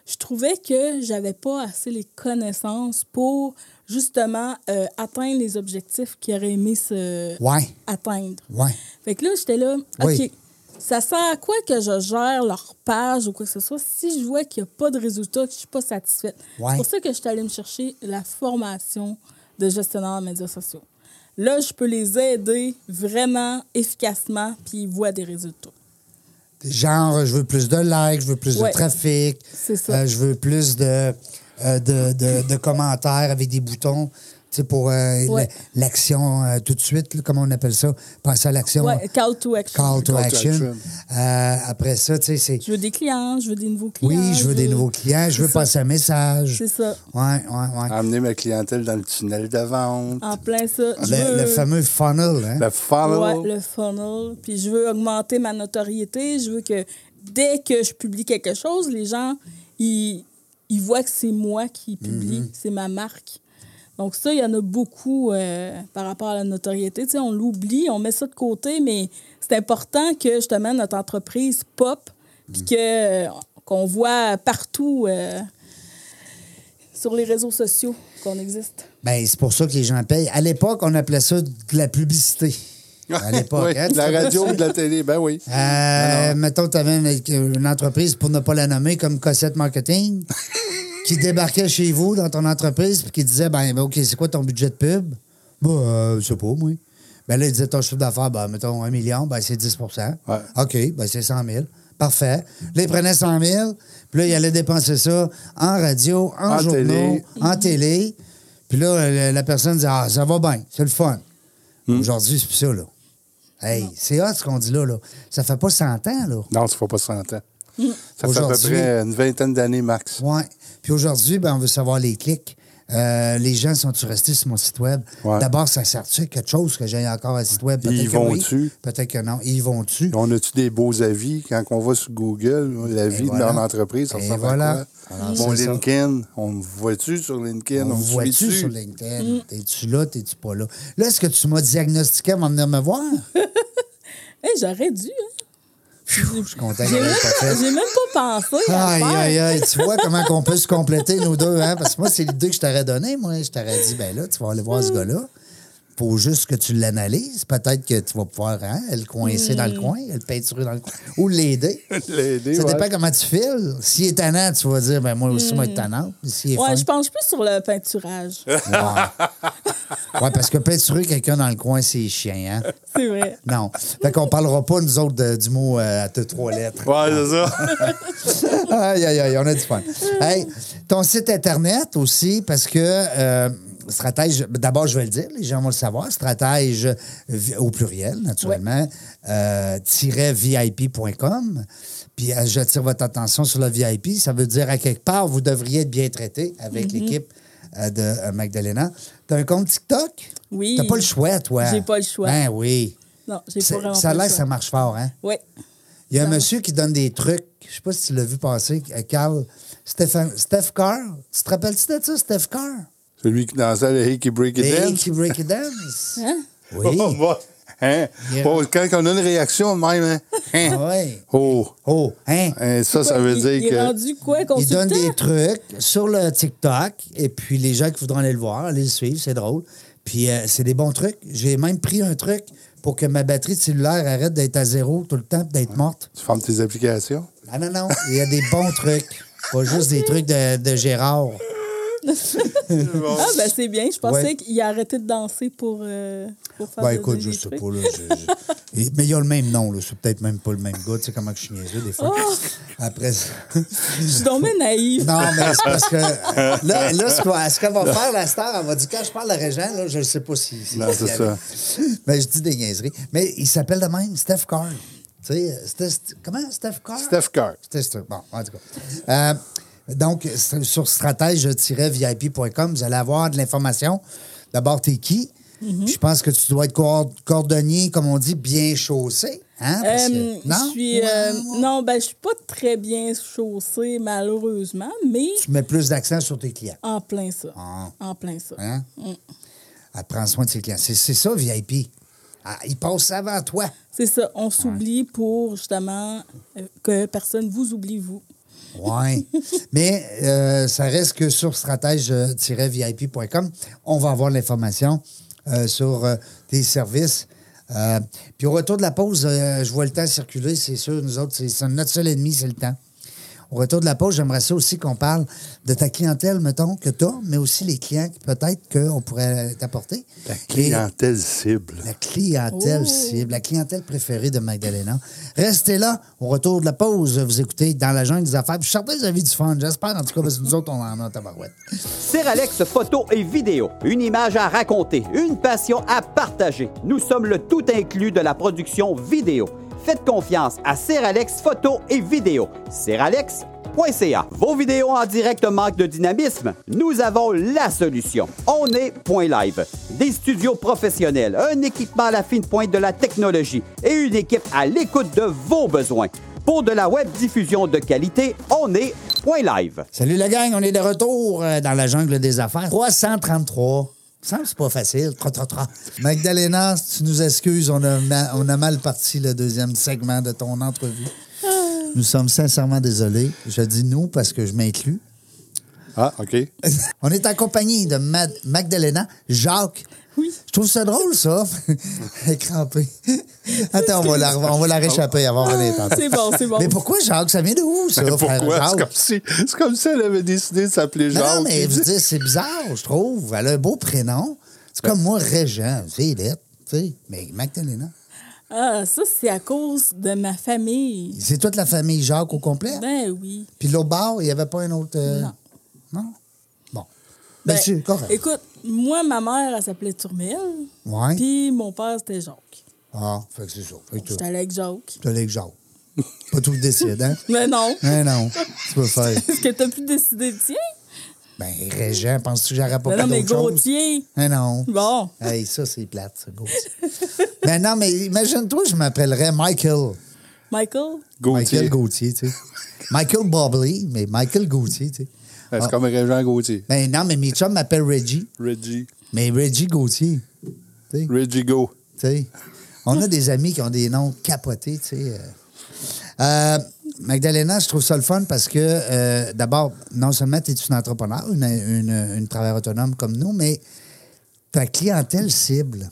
[SPEAKER 3] je trouvais que j'avais pas assez les connaissances pour justement euh, atteindre les objectifs qu'ils auraient aimé se
[SPEAKER 1] Ouais,
[SPEAKER 3] atteindre.
[SPEAKER 1] ouais.
[SPEAKER 3] Fait que là, j'étais là, OK,
[SPEAKER 1] Oui.
[SPEAKER 3] ça sert à quoi que je gère leur page ou quoi que ce soit si je vois qu'il n'y a pas de résultat, que je ne suis pas satisfaite?
[SPEAKER 1] Ouais.
[SPEAKER 3] C'est pour ça que je suis allée me chercher la formation de gestionnaire de médias sociaux. Là, je peux les aider vraiment efficacement, puis ils voient des résultats.
[SPEAKER 1] genre, je veux plus de likes, je veux plus
[SPEAKER 3] Ouais.
[SPEAKER 1] de trafic,
[SPEAKER 3] C'est ça.
[SPEAKER 1] euh, je veux plus de, euh, de, de- de commentaires avec des boutons. tu sais, pour euh,
[SPEAKER 3] Ouais.
[SPEAKER 1] la- l'action euh, tout de suite, là, comment on appelle ça? Passer à l'action.
[SPEAKER 3] Ouais, call to action.
[SPEAKER 1] Call to
[SPEAKER 2] Call to
[SPEAKER 1] action.
[SPEAKER 2] action.
[SPEAKER 1] Euh, après ça, tu sais, c'est.
[SPEAKER 3] Je veux des clients, je veux des nouveaux clients.
[SPEAKER 1] Oui, je veux des nouveaux clients, je veux
[SPEAKER 3] C'est ça.
[SPEAKER 1] passer un message.
[SPEAKER 3] C'est ça.
[SPEAKER 1] Ouais, ouais, ouais.
[SPEAKER 2] Amener ma clientèle dans le tunnel de vente.
[SPEAKER 3] En plein ça. je
[SPEAKER 1] Le,
[SPEAKER 3] veux-
[SPEAKER 1] le fameux funnel, hein?
[SPEAKER 2] Le follow.
[SPEAKER 3] Ah. Ouais,
[SPEAKER 2] (laughs)
[SPEAKER 3] le funnel. Puis je veux augmenter ma notoriété. Je veux que dès que je publie quelque chose, les gens, ils, ils voient que c'est moi qui publie, c'est ma marque. Donc ça, il y en a beaucoup euh, par rapport à la notoriété. Tu sais, on l'oublie, on met ça de côté, mais c'est important que justement notre entreprise pop, puis que, euh, qu'on voit partout euh, sur les réseaux sociaux qu'on existe.
[SPEAKER 1] Ben, c'est pour ça que les gens payent. À l'époque, on appelait ça de
[SPEAKER 2] (laughs)
[SPEAKER 1] la publicité. À l'époque,
[SPEAKER 2] Ouais,
[SPEAKER 1] hein,
[SPEAKER 2] de la
[SPEAKER 1] tu te
[SPEAKER 3] (laughs)
[SPEAKER 2] radio ou de la télé, ben oui.
[SPEAKER 1] Euh, mettons, tu avais une, une entreprise, pour ne pas la nommer, comme Cossette Marketing, qui débarquait chez vous dans ton entreprise puis qui disait ben, ben, OK, c'est quoi ton budget de pub Ben, euh, je sais pas, moi. Ben là, il disait ton chiffre d'affaires, ben, mettons, un million, ben, c'est 10
[SPEAKER 2] Ouais.
[SPEAKER 1] OK, ben, c'est 100 000. Parfait. Là, il prenait 100 000, puis là, il allait dépenser ça en radio, en,
[SPEAKER 2] En
[SPEAKER 1] journaux,
[SPEAKER 2] télé.
[SPEAKER 1] en télé. Puis là, la, la personne dit Ah, ça va bien, c'est le fun.
[SPEAKER 2] Hmm.
[SPEAKER 1] Aujourd'hui, c'est plus ça, là. Hey, c'est hot ce qu'on dit là, là. Ça fait pas 100 ans, là.
[SPEAKER 2] Non, ça ne fait pas 100 ans. Ça fait à peu
[SPEAKER 1] Aujourd'hui-
[SPEAKER 2] près une vingtaine d'années, max.
[SPEAKER 1] Ouais. Puis aujourd'hui, ben, on veut savoir les clics. Euh, les gens sont-tu restés sur mon site web?
[SPEAKER 2] Ouais.
[SPEAKER 1] D'abord, ça sert-tu à quelque chose que j'ai encore un site web? Peut-être
[SPEAKER 2] Ils
[SPEAKER 1] que oui,
[SPEAKER 2] vont-tu?
[SPEAKER 1] Peut-être que non. Ils vont-tu?
[SPEAKER 2] On a-tu des beaux avis quand on va sur Google, l'avis de
[SPEAKER 1] voilà.
[SPEAKER 2] leur entreprise, ça
[SPEAKER 1] Et
[SPEAKER 2] ressemble à
[SPEAKER 1] voilà. Alors,
[SPEAKER 2] quoi? Mon
[SPEAKER 1] c'est ça.
[SPEAKER 2] LinkedIn, on me voit-tu sur LinkedIn?
[SPEAKER 1] On
[SPEAKER 2] me
[SPEAKER 1] voit-tu
[SPEAKER 2] suit-tu?
[SPEAKER 1] sur LinkedIn?
[SPEAKER 3] Hmm.
[SPEAKER 1] T'es-tu là? T'es-tu pas là? Là, est-ce que tu m'as diagnostiqué avant de venir me voir?
[SPEAKER 3] Eh, j'aurais dû, hein?
[SPEAKER 1] Pfiou, je suis content que
[SPEAKER 3] J'ai
[SPEAKER 1] j'avais
[SPEAKER 3] même,
[SPEAKER 1] pas fait.
[SPEAKER 3] pas- j'ai même pas pensé à le
[SPEAKER 1] Aïe,
[SPEAKER 3] faire.
[SPEAKER 1] aïe, aïe, tu vois comment qu'on peut se compléter, nous deux, hein? Parce que moi, c'est l'idée que je t'aurais donnée, moi. Je t'aurais dit, ben là, tu vas aller voir ce gars-là. faut juste que tu l'analyses. Peut-être que tu vas pouvoir hein, le coincer dans le coin, le peinturer dans le coin, ou l'aider.
[SPEAKER 2] L'aider,
[SPEAKER 1] Ça
[SPEAKER 2] ouais.
[SPEAKER 1] dépend comment tu files. S'il est tannant, tu vas dire, ben moi aussi, moi, je suis tannant. S'il est
[SPEAKER 3] Ouais,
[SPEAKER 1] fin-
[SPEAKER 3] je penche plus sur le peinturage.
[SPEAKER 1] Ouais. Ouais, parce que peinturer quelqu'un dans le coin, c'est chiant, hein?
[SPEAKER 3] C'est vrai.
[SPEAKER 1] Non. Fait qu'on parlera pas, nous autres, de- du mot euh, à deux, trois lettres.
[SPEAKER 2] Ouais, c'est ça.
[SPEAKER 1] (laughs) aïe, aïe, aïe, on a du fun. Hey, ton site Internet aussi, parce que euh, stratège, d'abord, je vais le dire, les gens vont le savoir, stratège vi- au pluriel, naturellement, euh, tiret VIP.com. Puis euh, j'attire votre attention sur le VIP. Ça veut dire, à quelque part, vous devriez être bien traité avec
[SPEAKER 3] Mm-hmm.
[SPEAKER 1] l'équipe euh, de euh, Magdalena. T'as un compte TikTok?
[SPEAKER 3] Oui.
[SPEAKER 1] T'as pas le choix, toi?
[SPEAKER 3] J'ai pas le choix.
[SPEAKER 1] Ben oui.
[SPEAKER 3] Non, j'ai pas
[SPEAKER 1] Ça
[SPEAKER 3] vraiment
[SPEAKER 1] ça a
[SPEAKER 3] pas
[SPEAKER 1] l'air
[SPEAKER 3] le
[SPEAKER 1] que
[SPEAKER 3] choix.
[SPEAKER 1] ça marche fort, hein?
[SPEAKER 3] Oui.
[SPEAKER 1] Il y a un
[SPEAKER 3] Ça va.
[SPEAKER 1] monsieur qui donne des trucs. Je sais pas si tu l'as vu passer, euh, Carl. Stephen, Steph Carr. Tu te rappelles-tu de ça, Steph Carr?
[SPEAKER 2] Celui qui dansait le Hickey Break It
[SPEAKER 1] Les
[SPEAKER 2] Dance.
[SPEAKER 1] qui break it dance.
[SPEAKER 3] (laughs) Hein?
[SPEAKER 2] (laughs)
[SPEAKER 1] Oui.
[SPEAKER 2] Oh, bah. Hein?
[SPEAKER 1] Yeah. Ah
[SPEAKER 2] Oh, quand on a une réaction de même, hein? Hein?
[SPEAKER 1] Ouais.
[SPEAKER 2] (laughs) Oh,
[SPEAKER 1] Oh, hein?
[SPEAKER 2] hein, ça, ça veut
[SPEAKER 3] il,
[SPEAKER 2] dire
[SPEAKER 3] il est
[SPEAKER 2] que.
[SPEAKER 3] rendu quoi,
[SPEAKER 1] Il
[SPEAKER 3] consultant?
[SPEAKER 1] donne des trucs sur le TikTok et puis les gens qui voudront aller le voir, allez le suivre, c'est drôle. Puis euh, c'est des bons trucs. J'ai même pris un truc pour que ma batterie de cellulaire arrête d'être à zéro tout le temps, puis d'être morte.
[SPEAKER 2] Tu fermes tes applications?
[SPEAKER 1] Ah non, non, il y a des bons (laughs) trucs. Pas juste des trucs de, de Gérard.
[SPEAKER 3] Ah, ben c'est bien. Je pensais
[SPEAKER 1] Ouais.
[SPEAKER 3] qu'il a arrêté de danser pour, euh, pour faire
[SPEAKER 1] Ben
[SPEAKER 3] de-
[SPEAKER 1] écoute,
[SPEAKER 3] des
[SPEAKER 1] je sais
[SPEAKER 3] trucs.
[SPEAKER 1] pas. Là, je- je- Et- mais il y a le même nom, là. C'est peut-être même pas le même gars. Tu sais comment que je suis niaiseux des fois.
[SPEAKER 3] Oh!
[SPEAKER 1] Après ça- (laughs)
[SPEAKER 3] Je suis donc bien naïve.
[SPEAKER 1] Non, mais c'est parce que. Là, là ce qu'on- ce qu'elle va faire, la star, elle va dire quand je parle à Régent, là, je ne sais pas si. si
[SPEAKER 2] Non, c'est ça.
[SPEAKER 1] Mais je dis des niaiseries. Mais il s'appelle de même Steph Carr. Tu sais, Steph- comment Steph Carr?
[SPEAKER 2] Steph Kerr.
[SPEAKER 1] C'était sûr. Bon, en tout cas. Euh, donc, sur- sur stratège-vip.com, vous allez avoir de l'information. D'abord, t'es qui?
[SPEAKER 3] Mhm.
[SPEAKER 1] Puis Je pense que tu dois être cor- cordonnier, comme on dit, bien chaussé. Hein? Parce que-
[SPEAKER 3] Euh, Je suis,
[SPEAKER 1] Ouais,
[SPEAKER 3] euh,
[SPEAKER 1] ouais.
[SPEAKER 3] non, ben, je suis pas très bien chaussée, malheureusement, mais
[SPEAKER 1] Tu mets plus d'accent sur tes clients.
[SPEAKER 3] en plein ça.
[SPEAKER 1] Ah.
[SPEAKER 3] En plein ça.
[SPEAKER 1] Hein? Elle prend soin de ses clients. C'est c'est ça, VIP. Ah, il passe avant toi.
[SPEAKER 3] C'est ça. On s'oublie pour justement euh, que personne vous oublie, vous.
[SPEAKER 1] Oui. Mais euh, ça reste que sur stratège-vip.com, on va avoir l'information euh, sur euh, tes services. Euh, puis au retour de la pause, euh, je vois le temps circuler, c'est sûr, nous autres, c'est c'est notre seul ennemi, c'est le temps. Au retour de la pause, j'aimerais ça aussi qu'on parle de ta clientèle, mettons, que tu mais aussi les clients que peut-être qu'on pourrait t'apporter.
[SPEAKER 2] La
[SPEAKER 1] Et-
[SPEAKER 2] clientèle cible.
[SPEAKER 1] la clientèle
[SPEAKER 3] Oh.
[SPEAKER 1] cible, la clientèle préférée de Magdalena. Restez là. Au retour de la pause, vous écoutez Dans la jungle des affaires. Puis Je suis certain que vous avez du fun, j'espère. En tout cas, parce que nous autres, on en a tabarouette.
[SPEAKER 4] Seralex photo et vidéo. Une image à raconter, une passion à partager. Nous sommes le tout inclus de la production vidéo. Faites confiance à Seralex photo et vidéo. Seralex.ca. Vos vidéos en direct manquent de dynamisme? Nous avons la solution. On est Point Live. Des studios professionnels, un équipement à la fine pointe de la technologie et une équipe à l'écoute de vos besoins. Pour de la web diffusion de qualité, on est Point Live.
[SPEAKER 1] Salut la gang, on est de retour euh, dans la jungle des affaires. 333. Ça me semble que c'est pas facile. Tra, tra, tra. Magdalena, si tu nous excuses, on a, ma- on a mal parti le deuxième segment de ton entrevue. Nous sommes sincèrement désolés. Je dis nous parce que je m'inclus. (laughs)
[SPEAKER 2] Ah, OK.
[SPEAKER 1] On est en compagnie de Ma- Magdalena, Jacques.
[SPEAKER 3] Oui.
[SPEAKER 1] Je trouve ça drôle, ça. (laughs) Elle est crampée. Attends, on va la, Ah, on va la réchapper avant de revenir tantôt.
[SPEAKER 3] C'est bon, c'est bon.
[SPEAKER 1] Mais pourquoi Jacques? Ça vient de où, ça, frère
[SPEAKER 2] Pourquoi? C'est
[SPEAKER 1] Jacques?
[SPEAKER 2] comme, si, c'est comme si elle avait décidé de s'appeler
[SPEAKER 1] Non,
[SPEAKER 2] Jacques.
[SPEAKER 1] non, mais vous dites, c'est bizarre, je trouve. Elle a un beau prénom. C'est comme moi, Régent. C'est lettre, tu sais. Mais Magdalena.
[SPEAKER 3] Ah, ça, c'est à cause de ma famille.
[SPEAKER 1] C'est toute la famille Jacques au complet?
[SPEAKER 3] Ben oui.
[SPEAKER 1] Puis l'autre bord, il n'y avait pas un autre... euh,
[SPEAKER 3] Non.
[SPEAKER 1] Non? Bon.
[SPEAKER 3] Ben,
[SPEAKER 1] Ben, c'est correct.
[SPEAKER 3] Écoute, moi, ma mère, elle s'appelait Turmel.
[SPEAKER 1] Ouais.
[SPEAKER 3] Puis mon père, c'était Jacques.
[SPEAKER 1] Ah, fait que c'est ça. Fait que
[SPEAKER 3] J'étais allée avec Jacques.
[SPEAKER 1] tu allé avec Jacques. Pas tout le décide, hein? (laughs)
[SPEAKER 3] Mais non. (laughs)
[SPEAKER 1] Hein, non. Tu peux faire...
[SPEAKER 3] Est-ce que t'as pu décider de tiens?
[SPEAKER 1] Ben, Régent, penses-tu que j'aurais pas
[SPEAKER 3] Ben
[SPEAKER 1] fait
[SPEAKER 3] non, mais
[SPEAKER 1] d'autre chose?
[SPEAKER 3] Gauthier.
[SPEAKER 1] Ben non.
[SPEAKER 3] Bon.
[SPEAKER 1] Hey, ça, c'est plate, ça, Gauthier. ben non, mais imagine-toi, je m'appellerais Michael.
[SPEAKER 3] Michael?
[SPEAKER 2] Gauthier.
[SPEAKER 1] Michael Gauthier, tu sais. Michael Bobley, mais Michael Gauthier, tu sais.
[SPEAKER 2] Ah, C'est comme Régent Gauthier.
[SPEAKER 1] Ben non, mais mes chums m'appellent Reggie,
[SPEAKER 2] Reggie.
[SPEAKER 1] mais Reggie Gauthier,
[SPEAKER 2] Reggie Go.
[SPEAKER 1] tu sais. On a des amis qui ont des noms capotés, tu sais. euh. Euh, Magdalena, je trouve ça le fun parce que, euh, d'abord, non seulement tu es une entrepreneur, une, une, une travailleur autonome comme nous, mais Ta clientèle cible,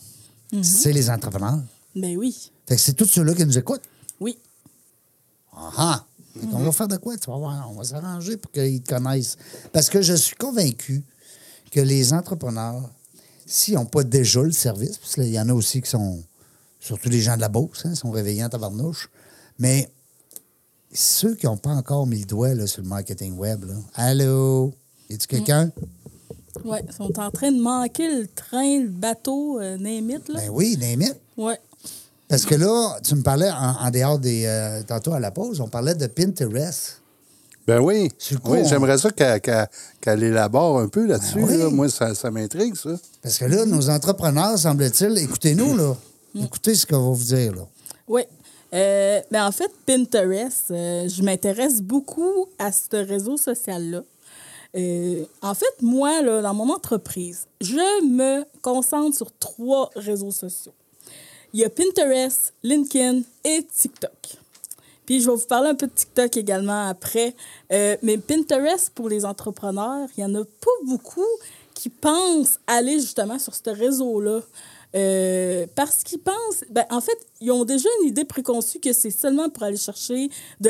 [SPEAKER 1] c'est les entrepreneurs.
[SPEAKER 3] Ben oui,
[SPEAKER 1] Fait que c'est tous ceux-là qui nous écoutent.
[SPEAKER 3] oui.
[SPEAKER 1] Ah ah! Fait qu'on va faire de quoi? Tu vas voir, on va s'arranger pour qu'ils te connaissent. Parce que je suis convaincu que les entrepreneurs, s'ils n'ont pas déjà le service, parce qu'il y en a aussi qui sont, surtout les gens de la Beauce, hein, sont réveillants à tabarnouche, mais ceux qui n'ont pas encore mis le doigt là, sur le marketing web, là, allô? Y a-tu quelqu'un?
[SPEAKER 3] Ouais, ils sont en train de manquer le train, le bateau, euh, name it, là.
[SPEAKER 1] Ben oui, name it.
[SPEAKER 3] Ouais.
[SPEAKER 1] Parce que là, tu me parlais en, en dehors des. euh, tantôt à la pause, on parlait de Pinterest.
[SPEAKER 2] Ben oui.
[SPEAKER 1] Sur le coup,
[SPEAKER 2] oui
[SPEAKER 1] on-
[SPEAKER 2] J'aimerais ça qu'elle qu'elle- qu'elle élabore un peu là-dessus.
[SPEAKER 1] Ben oui.
[SPEAKER 2] là. Moi, ça, ça m'intrigue, ça.
[SPEAKER 1] Parce que là, nos entrepreneurs, semble-t-il, écoutez-nous, là.
[SPEAKER 3] Mm.
[SPEAKER 1] Écoutez ce qu'on va vous dire, là.
[SPEAKER 3] Oui. Euh, ben en fait, Pinterest, euh, je m'intéresse beaucoup à ce réseau social-là. Euh, en fait, moi, là, dans mon entreprise, je me concentre sur trois réseaux sociaux. Il y a Pinterest, LinkedIn et TikTok. Puis je vais vous parler un peu de TikTok également après. Euh, mais Pinterest, pour les entrepreneurs, il n'y en a pas beaucoup qui pensent aller justement sur ce réseau-là. Euh, parce qu'ils pensent, ben, en fait, ils ont déjà une idée préconçue que c'est seulement pour aller chercher de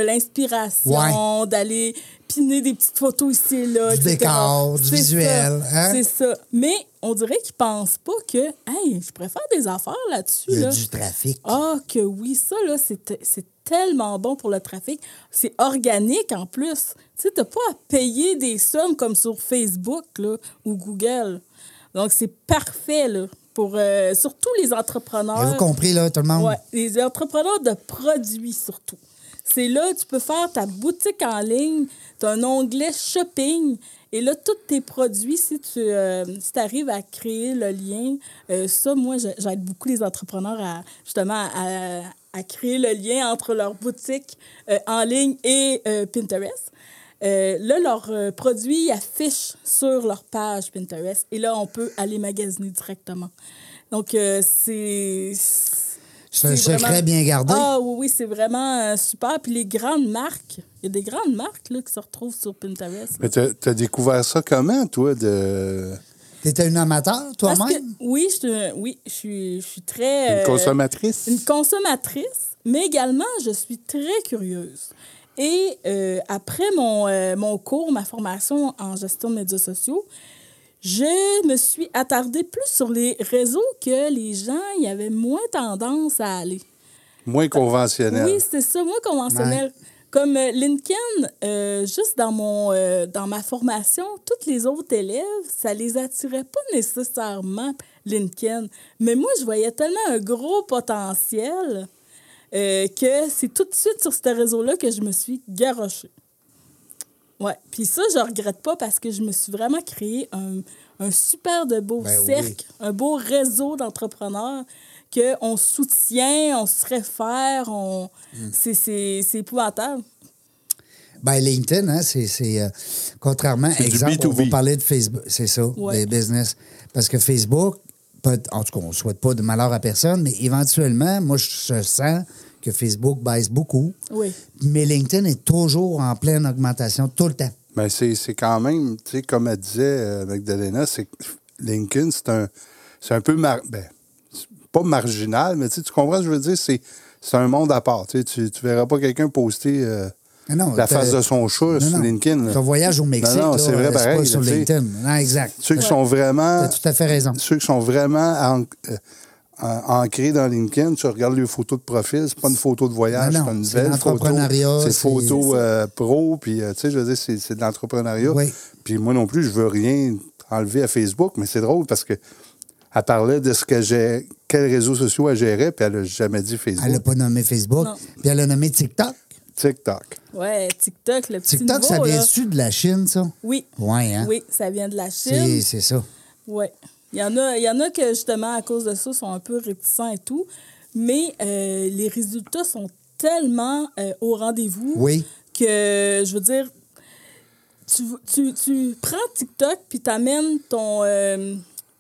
[SPEAKER 3] l'inspiration, d'aller piner des petites photos ici et là.
[SPEAKER 1] Du
[SPEAKER 3] etc.
[SPEAKER 1] décor, du
[SPEAKER 3] C'est
[SPEAKER 1] visuel,
[SPEAKER 3] ça,
[SPEAKER 1] hein?
[SPEAKER 3] C'est ça. Mais on dirait qu'ils pensent pas que, hey, je préfère des affaires là-dessus.
[SPEAKER 1] Il y a
[SPEAKER 3] là.
[SPEAKER 1] du trafic.
[SPEAKER 3] Ah, que oui, ça, là, c'est te- c'est tellement bon pour le trafic. C'est organique en plus. Tu sais, t'as pas à payer des sommes comme sur Facebook là, ou Google. Donc, c'est parfait, là, pour euh, surtout les entrepreneurs.
[SPEAKER 1] Avez-vous compris, là, tout le monde?
[SPEAKER 3] Ouais, les entrepreneurs de produits surtout. C'est là que tu peux faire ta boutique en ligne, tu as un onglet shopping et là tous tes produits si tu arrives à créer le lien, euh, ça moi je- j'aide beaucoup les entrepreneurs à justement à, à créer le lien entre leur boutique euh, en ligne et euh, Pinterest. Euh, là, leurs euh, produits affichent sur leur page Pinterest et là, on peut aller magasiner directement. Donc, euh, c'est.
[SPEAKER 1] C'est un secret bien gardé.
[SPEAKER 3] Ah oui, oui, c'est vraiment euh, super. Puis les grandes marques, il y a des grandes marques là, qui se retrouvent sur Pinterest.
[SPEAKER 2] Mais t'as t'as découvert ça comment, toi, de
[SPEAKER 1] T'étais un amateur,
[SPEAKER 3] Parce que,
[SPEAKER 1] toi-même?
[SPEAKER 3] oui, je, te- oui, je suis, je suis très.
[SPEAKER 2] une
[SPEAKER 3] euh,
[SPEAKER 2] consommatrice?
[SPEAKER 3] une consommatrice, mais également, je suis très curieuse. Et euh, après mon, euh, mon cours, ma formation en gestion de médias sociaux, je me suis attardée plus sur les réseaux que les gens y avaient moins tendance à aller.
[SPEAKER 2] Moins conventionnelle.
[SPEAKER 3] Oui, c'est ça, moi, conventionnel. Comme euh, LinkedIn, euh, juste dans, mon, euh, dans ma formation, toutes les autres élèves, ça les attirait pas nécessairement, LinkedIn. Mais moi, je voyais tellement un gros potentiel euh, que c'est tout de suite sur ce réseau-là que je me suis garochée. Ouais. Puis ça, je regrette pas parce que je me suis vraiment créé un, un super de beau
[SPEAKER 1] Ben oui.
[SPEAKER 3] cercle, un beau réseau d'entrepreneurs qu'on soutient, on se réfère, on...
[SPEAKER 1] Hmm.
[SPEAKER 3] c'est- c'est c'est épouvantable.
[SPEAKER 1] Ben, LinkedIn, hein, c'est. c'est, euh, contrairement,
[SPEAKER 2] du
[SPEAKER 1] exemple, on va
[SPEAKER 2] B2B.
[SPEAKER 1] parler de Facebook. C'est ça,
[SPEAKER 3] Ouais.
[SPEAKER 1] des business. Parce que Facebook, peut- en tout cas, on ne souhaite pas de malheur à personne, mais éventuellement, moi, je sens que Facebook baisse beaucoup.
[SPEAKER 3] Oui.
[SPEAKER 1] Mais LinkedIn est toujours en pleine augmentation, tout le temps.
[SPEAKER 2] Ben, c'est c'est quand même, tu sais, comme elle disait euh, Magdalena, c'est que Lincoln, c'est un, c'est un peu, mar- ben, c'est pas marginal, mais tu sais, tu comprends ce que je veux dire? C'est c'est un monde à part. Tu sais, tu- tu verras pas quelqu'un poster euh,
[SPEAKER 1] Ah non,
[SPEAKER 2] la
[SPEAKER 1] t'as-
[SPEAKER 2] face de son chat sur
[SPEAKER 1] Non, non.
[SPEAKER 2] LinkedIn. là.
[SPEAKER 1] Ton voyage au Mexique,
[SPEAKER 2] Non, non,
[SPEAKER 1] là,
[SPEAKER 2] c'est vrai pareil,
[SPEAKER 1] pas
[SPEAKER 2] là,
[SPEAKER 1] sur
[SPEAKER 2] tu sais.
[SPEAKER 1] LinkedIn. Non, exact.
[SPEAKER 2] Ceux qui sont
[SPEAKER 1] T'as
[SPEAKER 2] vraiment,
[SPEAKER 1] tout à fait raison.
[SPEAKER 2] ceux qui sont vraiment an- euh, an- ancrés dans LinkedIn, tu regardes les photos de profil, c'est pas une photo de voyage,
[SPEAKER 1] Non, non,
[SPEAKER 2] c'est une
[SPEAKER 1] c'est
[SPEAKER 2] belle photo.
[SPEAKER 1] l'entrepreneuriat,
[SPEAKER 2] C'est
[SPEAKER 1] c'est-
[SPEAKER 2] photo euh, pro, puis euh, tu sais, je veux dire, c'est c'est de l'entrepreneuriat.
[SPEAKER 1] Oui.
[SPEAKER 2] Puis moi non plus, je veux rien enlever à Facebook, mais c'est drôle parce que elle parlait de ce que j'ai, quels réseaux sociaux elle gérait, puis elle n'a jamais dit Facebook.
[SPEAKER 1] Elle n'a pas nommé Facebook,
[SPEAKER 3] Non.
[SPEAKER 1] puis elle a nommé TikTok.
[SPEAKER 2] TikTok.
[SPEAKER 3] Ouais, TikTok, le petit
[SPEAKER 1] TikTok,
[SPEAKER 3] nouveau,
[SPEAKER 1] ça
[SPEAKER 3] là.
[SPEAKER 1] vient-tu de la Chine, ça?
[SPEAKER 3] hein. Oui.
[SPEAKER 1] Ouais, hein?
[SPEAKER 3] Oui, ça vient de la
[SPEAKER 1] C'est
[SPEAKER 3] Chine.
[SPEAKER 1] c'est ça.
[SPEAKER 3] Oui. Il y, en a, il y en a que, justement, à cause de ça, sont un peu réticents et tout. Mais euh, les résultats sont tellement euh, au rendez-vous
[SPEAKER 1] Oui.
[SPEAKER 3] que, je veux dire, tu, tu, tu prends TikTok puis t'amènes ton, euh,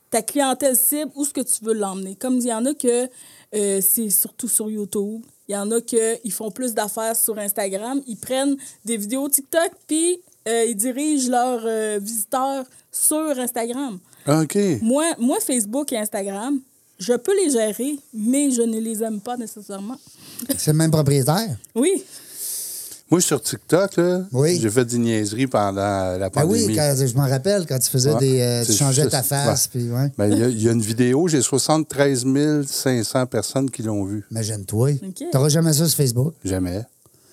[SPEAKER 3] ta clientèle cible où ce que tu veux l'emmener. Comme il y en a que euh, c'est surtout sur YouTube. Il y en a que ils font plus d'affaires sur Instagram. Ils prennent des vidéos TikTok puis euh, ils dirigent leurs euh, visiteurs sur Instagram.
[SPEAKER 2] OK.
[SPEAKER 3] Moi, moi, Facebook et Instagram, je peux les gérer, mais je ne les aime pas nécessairement.
[SPEAKER 1] C'est le
[SPEAKER 2] (laughs)
[SPEAKER 1] même propriétaire.
[SPEAKER 3] Oui,
[SPEAKER 2] Moi, sur TikTok, là,
[SPEAKER 1] Oui.
[SPEAKER 2] j'ai fait des niaiseries pendant la
[SPEAKER 1] Ah
[SPEAKER 2] pandémie.
[SPEAKER 1] oui, quand- je m'en rappelle quand tu faisais
[SPEAKER 2] Ouais.
[SPEAKER 1] des. euh, tu
[SPEAKER 2] C'est
[SPEAKER 1] changeais
[SPEAKER 2] juste-
[SPEAKER 1] ta face,
[SPEAKER 2] ouais.
[SPEAKER 1] puis ouais.
[SPEAKER 2] Ben, Il y, a- il y a une vidéo, j'ai 73 500 personnes qui l'ont vue.
[SPEAKER 1] Imagine-toi.
[SPEAKER 3] OK.
[SPEAKER 1] T'auras jamais ça sur Facebook.
[SPEAKER 2] Jamais.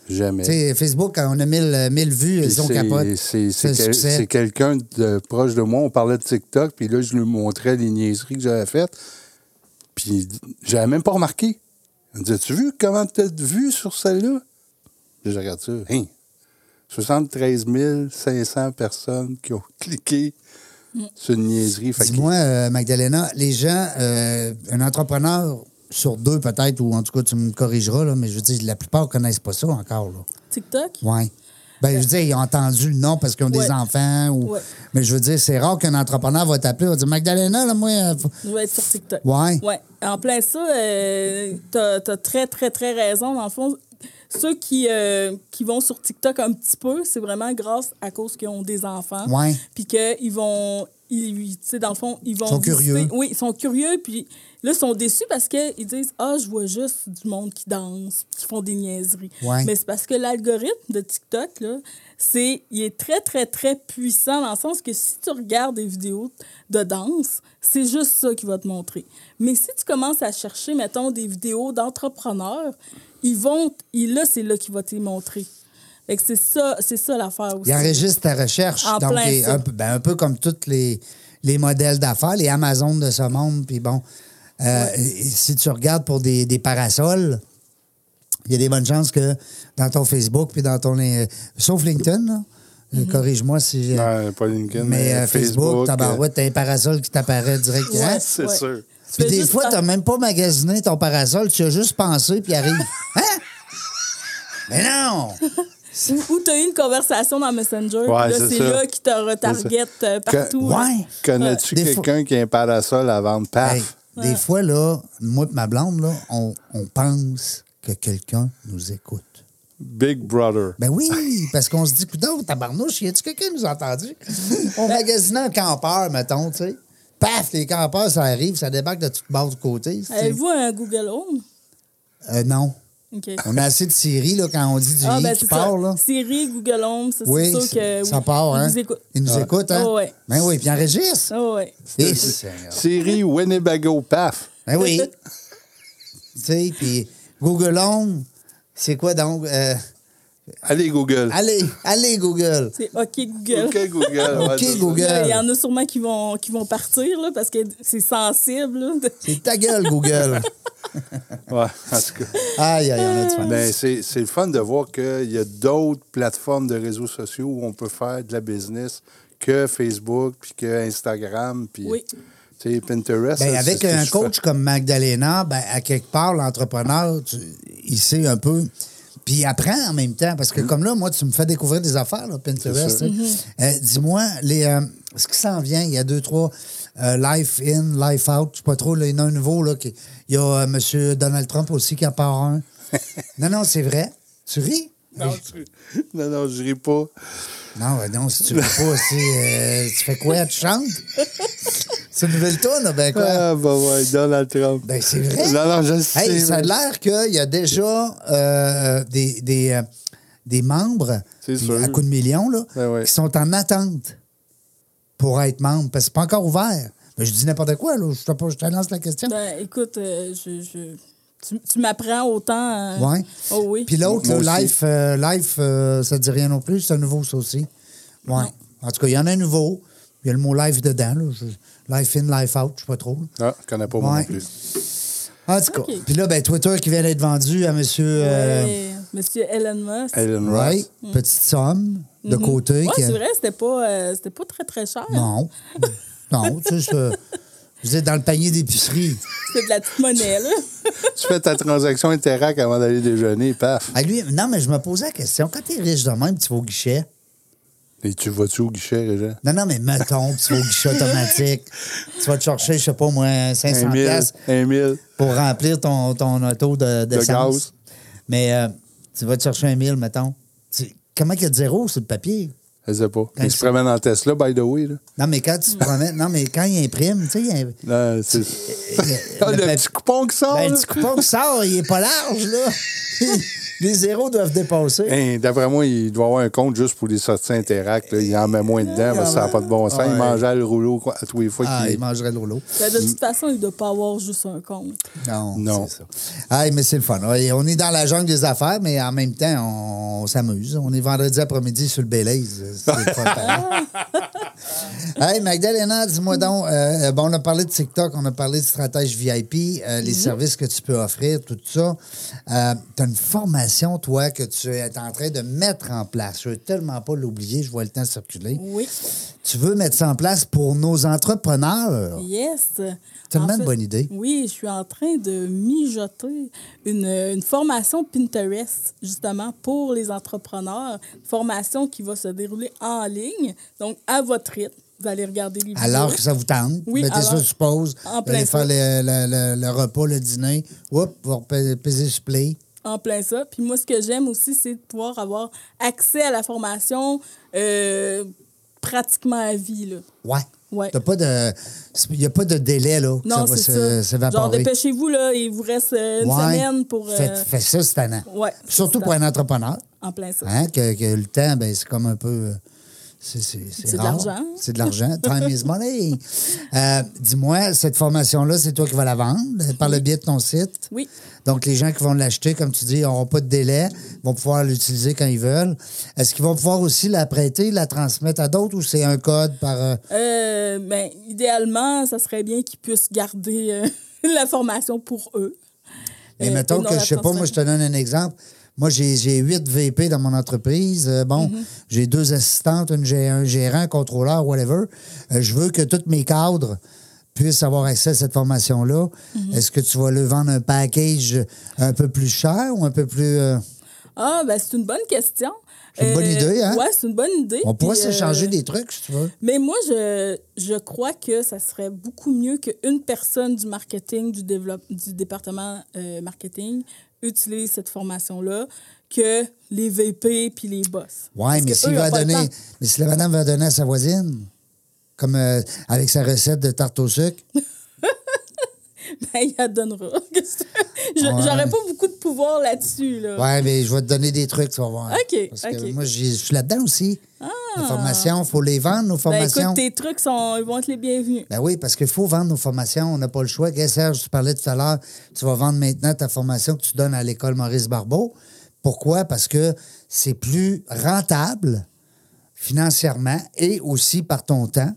[SPEAKER 2] Jamais.
[SPEAKER 1] Tu sais, Facebook, quand on a 1000 euh, 1000 vues,
[SPEAKER 2] Puis
[SPEAKER 1] ils ont
[SPEAKER 2] c'est-
[SPEAKER 1] capote.
[SPEAKER 2] c'est-
[SPEAKER 1] C'est
[SPEAKER 2] C'est
[SPEAKER 1] le
[SPEAKER 2] quel-
[SPEAKER 1] succès.
[SPEAKER 2] c'est quelqu'un de proche de moi. On parlait de TikTok, puis là, je lui montrais les niaiseries que j'avais faites. Puis j'avais même pas remarqué. Il me disait, tu vu comment t'as de vues sur celle-là? Puis je regarde ça. Hein? 73 500 personnes qui ont (laughs) cliqué sur une niaiserie. Fait que-
[SPEAKER 1] Dis-moi, euh, Magdalena, les gens, euh, un entrepreneur sur deux peut-être, ou en tout cas, tu me corrigeras, là, mais je veux dire, la plupart ne connaissent pas ça encore. Là.
[SPEAKER 3] TikTok.
[SPEAKER 1] Ouais. Ben, je veux dire, ils ont entendu le nom parce qu'ils ont des
[SPEAKER 3] Ouais.
[SPEAKER 1] enfants. Ou...
[SPEAKER 3] Ouais.
[SPEAKER 1] Mais je veux dire, c'est rare qu'un entrepreneur va t'appeler, va dire Magdalena, là, moi. euh, faut-
[SPEAKER 3] Je vais être sur TikTok.
[SPEAKER 1] Ouais.
[SPEAKER 3] Ouais. En plein ça, euh, t'as t'as très, très, très raison. Dans le fond, ceux qui, euh, qui vont sur TikTok un petit peu, c'est vraiment grâce à cause qu'ils ont des enfants.
[SPEAKER 1] Ouais.
[SPEAKER 3] Puis qu'ils vont. Ils, tu sais, dans le fond, ils vont.
[SPEAKER 1] Sont curieux.
[SPEAKER 3] Oui, ils sont curieux. Puis là, ils sont déçus parce qu'ils disent Ah, je vois juste du monde qui danse, qui font des niaiseries.
[SPEAKER 1] Ouais.
[SPEAKER 3] Mais c'est parce que l'algorithme de TikTok, là, c'est, il est très, très, très puissant dans le sens que si tu regardes des vidéos de danse, c'est juste ça qui va te montrer. Mais si tu commences à chercher, mettons, des vidéos d'entrepreneurs, ils vont, et là, c'est là qui va te les montrer. Fait que c'est ça, c'est ça l'affaire aussi.
[SPEAKER 1] Ils enregistrent ta recherche.
[SPEAKER 3] En
[SPEAKER 1] donc,
[SPEAKER 3] plein
[SPEAKER 1] les-
[SPEAKER 3] ça.
[SPEAKER 1] un, peu- ben, un peu comme tous les, les modèles d'affaires, les Amazon de ce monde. Puis bon, euh, et- et si tu regardes pour des, des parasols, il y a des bonnes chances que dans ton Facebook, puis dans ton. euh, sauf LinkedIn, là.
[SPEAKER 3] Mm-hmm.
[SPEAKER 1] Euh, corrige-moi si. euh,
[SPEAKER 2] Non, pas LinkedIn,
[SPEAKER 1] mais euh, Facebook,
[SPEAKER 2] euh,
[SPEAKER 1] tabarouette, t'as un parasol qui t'apparaît direct.
[SPEAKER 3] Ouais,
[SPEAKER 1] Hein?
[SPEAKER 2] c'est
[SPEAKER 3] ouais.
[SPEAKER 2] sûr.
[SPEAKER 3] Tu
[SPEAKER 1] Puis
[SPEAKER 3] fais
[SPEAKER 1] des
[SPEAKER 3] juste
[SPEAKER 1] fois,
[SPEAKER 3] ça.
[SPEAKER 1] t'as même pas magasiné ton parasol, tu as juste pensé, puis il
[SPEAKER 3] (laughs)
[SPEAKER 1] arrive. Hein? Mais non!
[SPEAKER 3] Ou, tu as eu une conversation dans Messenger, puis
[SPEAKER 2] Ouais,
[SPEAKER 3] là,
[SPEAKER 2] c'est
[SPEAKER 3] c'est
[SPEAKER 2] ça.
[SPEAKER 3] là qui te retarget euh, partout.
[SPEAKER 1] Ouais.
[SPEAKER 3] hein.
[SPEAKER 2] Connais-tu
[SPEAKER 1] Des fois-
[SPEAKER 2] quelqu'un qui a un parasol à vendre? Paf!
[SPEAKER 1] Hey, Des fois, là, moi et ma blonde, là, on, on pense que quelqu'un nous écoute.
[SPEAKER 2] Big Brother.
[SPEAKER 1] Ben oui, parce qu'on se dit, coudons, tabarnouche, y a-tu quelqu'un qui nous a entendu? On magasinait un campeur, mettons, tu sais. Paf, les campeurs, ça arrive, ça débarque de toute bord du côté. tu sais.
[SPEAKER 3] Avez-vous un Google Home?
[SPEAKER 1] Euh, non.
[SPEAKER 3] OK.
[SPEAKER 1] On a assez de Siri, là, quand on dit du
[SPEAKER 3] Ah,
[SPEAKER 1] lit
[SPEAKER 3] ben
[SPEAKER 1] qui
[SPEAKER 3] c'est
[SPEAKER 1] part,
[SPEAKER 3] ça.
[SPEAKER 1] là.
[SPEAKER 3] Siri, Google Home, ça, c'est
[SPEAKER 1] Oui,
[SPEAKER 3] sûr
[SPEAKER 1] ça-
[SPEAKER 3] que.
[SPEAKER 1] ça
[SPEAKER 3] oui,
[SPEAKER 1] part, hein?
[SPEAKER 3] Ils nous écoutent.
[SPEAKER 1] Ils nous écoutent, hein?
[SPEAKER 3] Ah ouais.
[SPEAKER 1] Ben oui, puis ils enregistrent.
[SPEAKER 3] Ah ouais.
[SPEAKER 1] Eh, Seigneur.
[SPEAKER 2] Siri Winnebago, paf!
[SPEAKER 1] Ben oui. tu sais, puis Google Home, c'est quoi donc? Euh,
[SPEAKER 2] Allez, Google.
[SPEAKER 1] allez, allez, Google.
[SPEAKER 3] C'est OK Google.
[SPEAKER 2] OK, Google.
[SPEAKER 1] (laughs) OK,
[SPEAKER 2] Ouais, c'est ça.
[SPEAKER 1] Google.
[SPEAKER 3] Là, Il y en a sûrement qui vont, qui vont partir là, parce que c'est sensible. là.
[SPEAKER 1] C'est ta gueule, Google.
[SPEAKER 2] (laughs) Ouais, en tout cas.
[SPEAKER 1] Aïe, aïe, on a du fun.
[SPEAKER 2] Ben, c'est c'est le fun de voir qu'il y a d'autres plateformes de réseaux sociaux où on peut faire de la business que Facebook, puis que Instagram, puis
[SPEAKER 3] Oui.
[SPEAKER 2] tu sais, Pinterest.
[SPEAKER 1] Ben,
[SPEAKER 2] ça, c'est
[SPEAKER 1] avec
[SPEAKER 2] ce que (laughs)
[SPEAKER 1] un
[SPEAKER 2] je
[SPEAKER 1] coach comme Magdalena, ben, à quelque part, l'entrepreneur, tu- il sait un peu. Puis il apprend en même temps, parce que comme là, moi, tu me fais découvrir des affaires, là, Pinterest.
[SPEAKER 2] Mhm. C'est sûr.
[SPEAKER 1] tu sais. Euh, Dis-moi, les, euh, ce qui s'en vient, il y a deux, trois euh, Life In, Life Out, je sais pas trop, là, il y en a un nouveau. Là, qui- il y a euh, M. Donald Trump aussi qui en
[SPEAKER 2] (laughs)
[SPEAKER 1] part un. non, non, c'est vrai. Tu ris?
[SPEAKER 2] fais. Non, tu- non, non, je ris pas.
[SPEAKER 1] Non, ben non, si tu
[SPEAKER 2] (laughs)
[SPEAKER 1] ris pas, si, euh, tu fais quoi? Tu chantes? c'est une nouvelle tonne, ben quoi?
[SPEAKER 2] Ah, bah ouais, Donald Trump.
[SPEAKER 1] Ben, c'est vrai.
[SPEAKER 2] Non, non, je le sais.
[SPEAKER 1] Hey, ça a
[SPEAKER 2] mais-
[SPEAKER 1] l'air qu'il y a déjà euh, des, des, euh, des membres
[SPEAKER 2] C'est sûr.
[SPEAKER 1] à coup de millions là,
[SPEAKER 2] Ben ouais.
[SPEAKER 1] qui sont en attente pour être membres parce que c'est pas encore ouvert. Mais je dis n'importe quoi, là. Je, te, pose- je te lance la question.
[SPEAKER 3] Ben, écoute, euh, je, je- tu, tu m'apprends autant. euh,
[SPEAKER 1] Ouais.
[SPEAKER 3] Oh oui.
[SPEAKER 1] Puis l'autre,
[SPEAKER 2] Moi
[SPEAKER 1] là,
[SPEAKER 2] aussi.
[SPEAKER 1] Life, euh, Life euh, ça ne dit rien non plus. C'est un nouveau, ça aussi. Ouais. En tout cas, il y en a un nouveau. Il y a le mot life dedans. là. Je- life in, life out, je sais pas trop. là.
[SPEAKER 2] Ah, je connais pas moi
[SPEAKER 1] Ouais.
[SPEAKER 2] non plus.
[SPEAKER 1] En tout cas.
[SPEAKER 3] Ok.
[SPEAKER 1] Puis là, ben, Twitter qui vient d'être vendu à M. euh,
[SPEAKER 3] Ouais. Monsieur Elon Musk.
[SPEAKER 2] Elon
[SPEAKER 1] Ouais,
[SPEAKER 2] Musk.
[SPEAKER 1] petite somme de côté.
[SPEAKER 3] Mhm. Ouais,
[SPEAKER 1] qui-
[SPEAKER 3] c'est vrai, c'était pas, euh, c'était pas très, très cher.
[SPEAKER 1] Non. non, tu sais, je, je veux dire, dans le panier d'épicerie.
[SPEAKER 3] C'était de la petite monnaie, là.
[SPEAKER 2] tu fais ta transaction Interac avant d'aller déjeuner, paf.
[SPEAKER 1] À Ah, lui, non, mais je me posais la question. Quand t'es riche de même, tu vas au guichet.
[SPEAKER 2] Et tu vas-tu au guichet, Régent?
[SPEAKER 1] Non, non, mais mettons, tu vas au guichet automatique. Tu vas te chercher, je sais pas moi, 500
[SPEAKER 2] Un mille.
[SPEAKER 1] piastres
[SPEAKER 2] Un mille.
[SPEAKER 1] pour remplir ton, ton auto de, d'essence.
[SPEAKER 2] gaz.
[SPEAKER 1] Mais euh, tu vas te chercher un mille, mettons. Tu- comment qu'il y a de zéro sur le papier?
[SPEAKER 2] Je sais pas.
[SPEAKER 1] Ben,
[SPEAKER 2] Il se promène en Tesla, by the way. Là.
[SPEAKER 1] Non, mais quand tu te promènes, non, mais quand il imprime, tu sais, il y a
[SPEAKER 2] Là, c'est... Ah,
[SPEAKER 1] le
[SPEAKER 2] le,
[SPEAKER 1] pa-
[SPEAKER 2] petit coupon qui sort.
[SPEAKER 1] ben,
[SPEAKER 2] là.
[SPEAKER 1] le petit coupon qui sort, il est pas
[SPEAKER 2] (laughs)
[SPEAKER 1] large, là. les zéros doivent dépasser.
[SPEAKER 2] Hey, D'après moi, il doit avoir un compte juste pour les sorties Interact. là. Il en met moins dedans parce que ça n'a pas de bon sens.
[SPEAKER 1] Ouais.
[SPEAKER 2] Il mangeait le rouleau quoi, à tous les fois
[SPEAKER 1] Ah,
[SPEAKER 2] qu'il
[SPEAKER 1] il mangerait de l'eau.
[SPEAKER 3] Ben, de toute façon, il ne doit pas avoir juste un compte.
[SPEAKER 1] Non,
[SPEAKER 2] Non.
[SPEAKER 1] c'est ça. Ah, mais c'est le fun. Ouais, on est dans la jungle des affaires, mais en même temps, on, on s'amuse. On est vendredi après-midi sur le Belize. C'est le fun, pareil. hey, Magdalena, dis-moi donc, euh, bon, on a parlé de TikTok, on a parlé de stratège VIP, euh, les services que tu peux offrir, tout ça. Euh, tu as une formation, toi, que tu es en train de mettre en place. Je veux tellement pas l'oublier, je vois le temps circuler.
[SPEAKER 3] Oui.
[SPEAKER 1] Tu veux mettre ça en place pour nos entrepreneurs.
[SPEAKER 3] Yes.
[SPEAKER 1] Tellement
[SPEAKER 3] En
[SPEAKER 1] de bonne idée.
[SPEAKER 3] Oui, je suis en train de mijoter une, une formation Pinterest, justement, pour les entrepreneurs. Une formation qui va se dérouler en ligne, donc à votre rythme. Vous allez regarder les
[SPEAKER 1] Alors que
[SPEAKER 3] vidéos.
[SPEAKER 1] ça vous tente.
[SPEAKER 3] Oui,
[SPEAKER 1] Mettez ça
[SPEAKER 3] alors-
[SPEAKER 1] sur pause.
[SPEAKER 3] En
[SPEAKER 1] allez
[SPEAKER 3] plein
[SPEAKER 1] faire
[SPEAKER 3] ça.
[SPEAKER 1] le, le- le- le repas, le dîner. Oups, vous repéser sur play.
[SPEAKER 3] En plein ça. Puis moi, ce que j'aime aussi, c'est de pouvoir avoir accès à la formation euh, pratiquement à vie. Là.
[SPEAKER 1] Ouais.
[SPEAKER 3] Ouais.
[SPEAKER 1] T'as pas de. Il n'y a pas de délai, là. que
[SPEAKER 3] Non,
[SPEAKER 1] ça va
[SPEAKER 3] c'est
[SPEAKER 1] se-
[SPEAKER 3] ça. Genre,
[SPEAKER 1] s'évaporer.
[SPEAKER 3] dépêchez-vous, là, il vous reste euh, une
[SPEAKER 1] Ouais.
[SPEAKER 3] semaine pour... euh,
[SPEAKER 1] Faites- Fais ça cette année.
[SPEAKER 3] Ouais,
[SPEAKER 1] Surtout
[SPEAKER 3] c'est
[SPEAKER 1] pour un entrepreneur.
[SPEAKER 3] en plein ça.
[SPEAKER 1] Hein, que, que le temps, ben, c'est comme un peu. euh, C'est c'est- c'est
[SPEAKER 3] C'est de
[SPEAKER 1] rare.
[SPEAKER 3] l'argent.
[SPEAKER 1] C'est de l'argent. Time is
[SPEAKER 3] (laughs)
[SPEAKER 1] money. Euh, Dis-moi, cette formation-là, c'est toi qui vas la vendre euh, par le biais de ton site.
[SPEAKER 3] Oui.
[SPEAKER 1] Donc, les gens qui vont l'acheter, comme tu dis, n'auront pas de délai, vont pouvoir l'utiliser quand ils veulent. Est-ce qu'ils vont pouvoir aussi la prêter, la transmettre à d'autres ou c'est un code par. euh,
[SPEAKER 3] Euh, ben, idéalement, ça serait bien qu'ils puissent garder euh, (laughs) la formation pour eux.
[SPEAKER 1] Mais
[SPEAKER 3] Euh,
[SPEAKER 1] mettons
[SPEAKER 3] et non
[SPEAKER 1] que,
[SPEAKER 3] la
[SPEAKER 1] je sais pas, moi, je te donne un exemple. Moi, j'ai j'ai huit VP dans mon entreprise. Euh, bon,
[SPEAKER 3] Mm-hmm.
[SPEAKER 1] j'ai deux assistantes, une gé- un gérant, un contrôleur, whatever. Euh, je veux que tous mes cadres puissent avoir accès à cette formation-là.
[SPEAKER 3] Mm-hmm.
[SPEAKER 1] Est-ce que tu vas leur vendre un package un peu plus cher ou un peu plus... euh,
[SPEAKER 3] Ah, ben, c'est une bonne question.
[SPEAKER 1] C'est une bonne idée, hein?
[SPEAKER 3] Oui, c'est une bonne idée.
[SPEAKER 1] on pourrait
[SPEAKER 3] Puis,
[SPEAKER 1] s'échanger
[SPEAKER 3] euh,
[SPEAKER 1] des trucs, si tu veux.
[SPEAKER 3] Mais moi, je, je crois que ça serait beaucoup mieux qu'une personne du marketing, du, développe, du département euh, marketing, utilise cette formation-là que les VP puis les boss.
[SPEAKER 1] Oui,
[SPEAKER 3] Parce
[SPEAKER 1] mais
[SPEAKER 3] que eux,
[SPEAKER 1] s'il
[SPEAKER 3] ils ont
[SPEAKER 1] va
[SPEAKER 3] pas le
[SPEAKER 1] donner.
[SPEAKER 3] temps. (laughs)
[SPEAKER 1] Mais si la madame va donner à sa voisine, comme euh, avec sa recette de tarte au
[SPEAKER 3] (laughs)
[SPEAKER 1] sucre,
[SPEAKER 3] Ben, il la donnera. (laughs) Qu'est-ce que- Je-
[SPEAKER 1] Ouais.
[SPEAKER 3] J'aurais pas beaucoup de pouvoir là-dessus. Là.
[SPEAKER 1] ouais, mais je vais te donner des trucs, tu vas voir.
[SPEAKER 3] OK,
[SPEAKER 1] Parce que
[SPEAKER 3] OK. Ah.
[SPEAKER 1] moi, j'y- je suis là-dedans aussi. Les formations, il faut les vendre, nos
[SPEAKER 3] Ben,
[SPEAKER 1] formations.
[SPEAKER 3] écoute, tes trucs sont, ils vont être les bienvenus.
[SPEAKER 1] Ben oui, parce qu'il faut vendre nos formations. On n'a pas le choix. Hey, Serge, tu parlais tout à l'heure, tu vas vendre maintenant ta formation que tu donnes à l'école Maurice Barbeau. Pourquoi? Parce que c'est plus rentable financièrement et aussi par ton temps,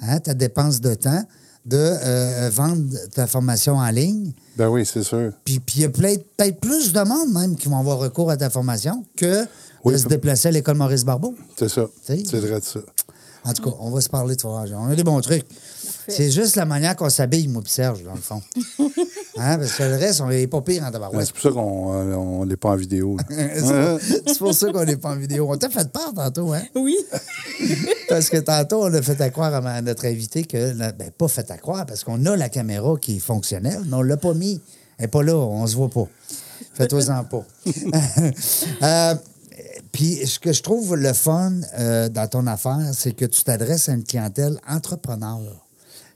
[SPEAKER 1] hein, ta dépense de temps, de euh, vendre ta formation en ligne.
[SPEAKER 2] Ben oui, c'est sûr.
[SPEAKER 1] Puis puis il y a plein- peut-être plus de monde même qui vont avoir recours à ta formation que de
[SPEAKER 2] Oui,
[SPEAKER 1] se
[SPEAKER 2] puis-
[SPEAKER 1] déplacer à l'école Maurice Barbeau.
[SPEAKER 2] C'est ça.
[SPEAKER 1] T'sais.
[SPEAKER 2] C'est vrai de ça.
[SPEAKER 1] En tout cas, on va se parler, tu vois. On a des bons trucs. C'est juste la manière qu'on s'habille, moi, puis Serge, dans le fond. Hein, Parce que le reste, on n'est pas pire en
[SPEAKER 2] Ouais,
[SPEAKER 1] tabarouette.
[SPEAKER 2] Ben, c'est pour ça qu'on ne l'est pas en vidéo. là.
[SPEAKER 1] (laughs) C'est pour ça qu'on n'est pas en vidéo. On t'a fait peur tantôt, hein?
[SPEAKER 3] (laughs) Oui.
[SPEAKER 1] (laughs) Parce que tantôt, on a fait à croire à ma- notre invité que. la- Ben, pas fait à croire, parce qu'on a la caméra qui est fonctionnelle, mais on l'a pas mis. Elle n'est pas là, on se voit pas. Faites-toi-en pas. (laughs) Euh, puis, ce que je trouve le fun euh, dans ton affaire, c'est que tu t'adresses à une clientèle entrepreneur.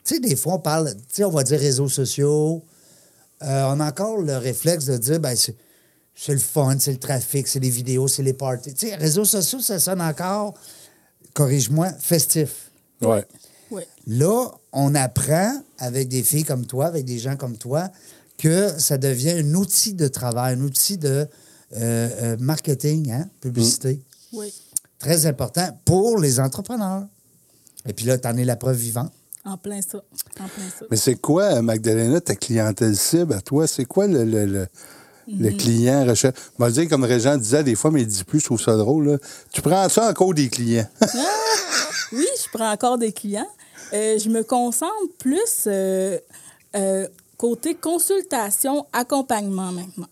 [SPEAKER 1] Tu sais, des fois, on parle, tu sais, on va dire réseaux sociaux. Euh, on a encore le réflexe de dire, ben, c'est. C'est le fun, c'est le trafic, c'est les vidéos, c'est les parties. Tu sais, réseaux sociaux, ça sonne encore corrige-moi, festif.
[SPEAKER 2] Ouais.
[SPEAKER 3] Oui.
[SPEAKER 1] Là, on apprend avec des filles comme toi, avec des gens comme toi, que ça devient un outil de travail, un outil de euh, euh, marketing, hein, publicité,
[SPEAKER 2] Mm.
[SPEAKER 3] Oui.
[SPEAKER 1] très important pour les entrepreneurs. Et puis là, tu en es la preuve vivante.
[SPEAKER 3] En plein ça. En plein ça.
[SPEAKER 2] Mais c'est quoi, euh, Magdalena, ta clientèle cible à toi? C'est quoi le, le, le, le client recherche? Je vais dire, comme Régent disait des fois, mais il dit plus, je trouve ça drôle. là. Tu prends ça en cause des clients. (laughs)
[SPEAKER 3] Oui, je prends encore des clients. Euh, je me concentre plus euh, euh, côté consultation, accompagnement maintenant.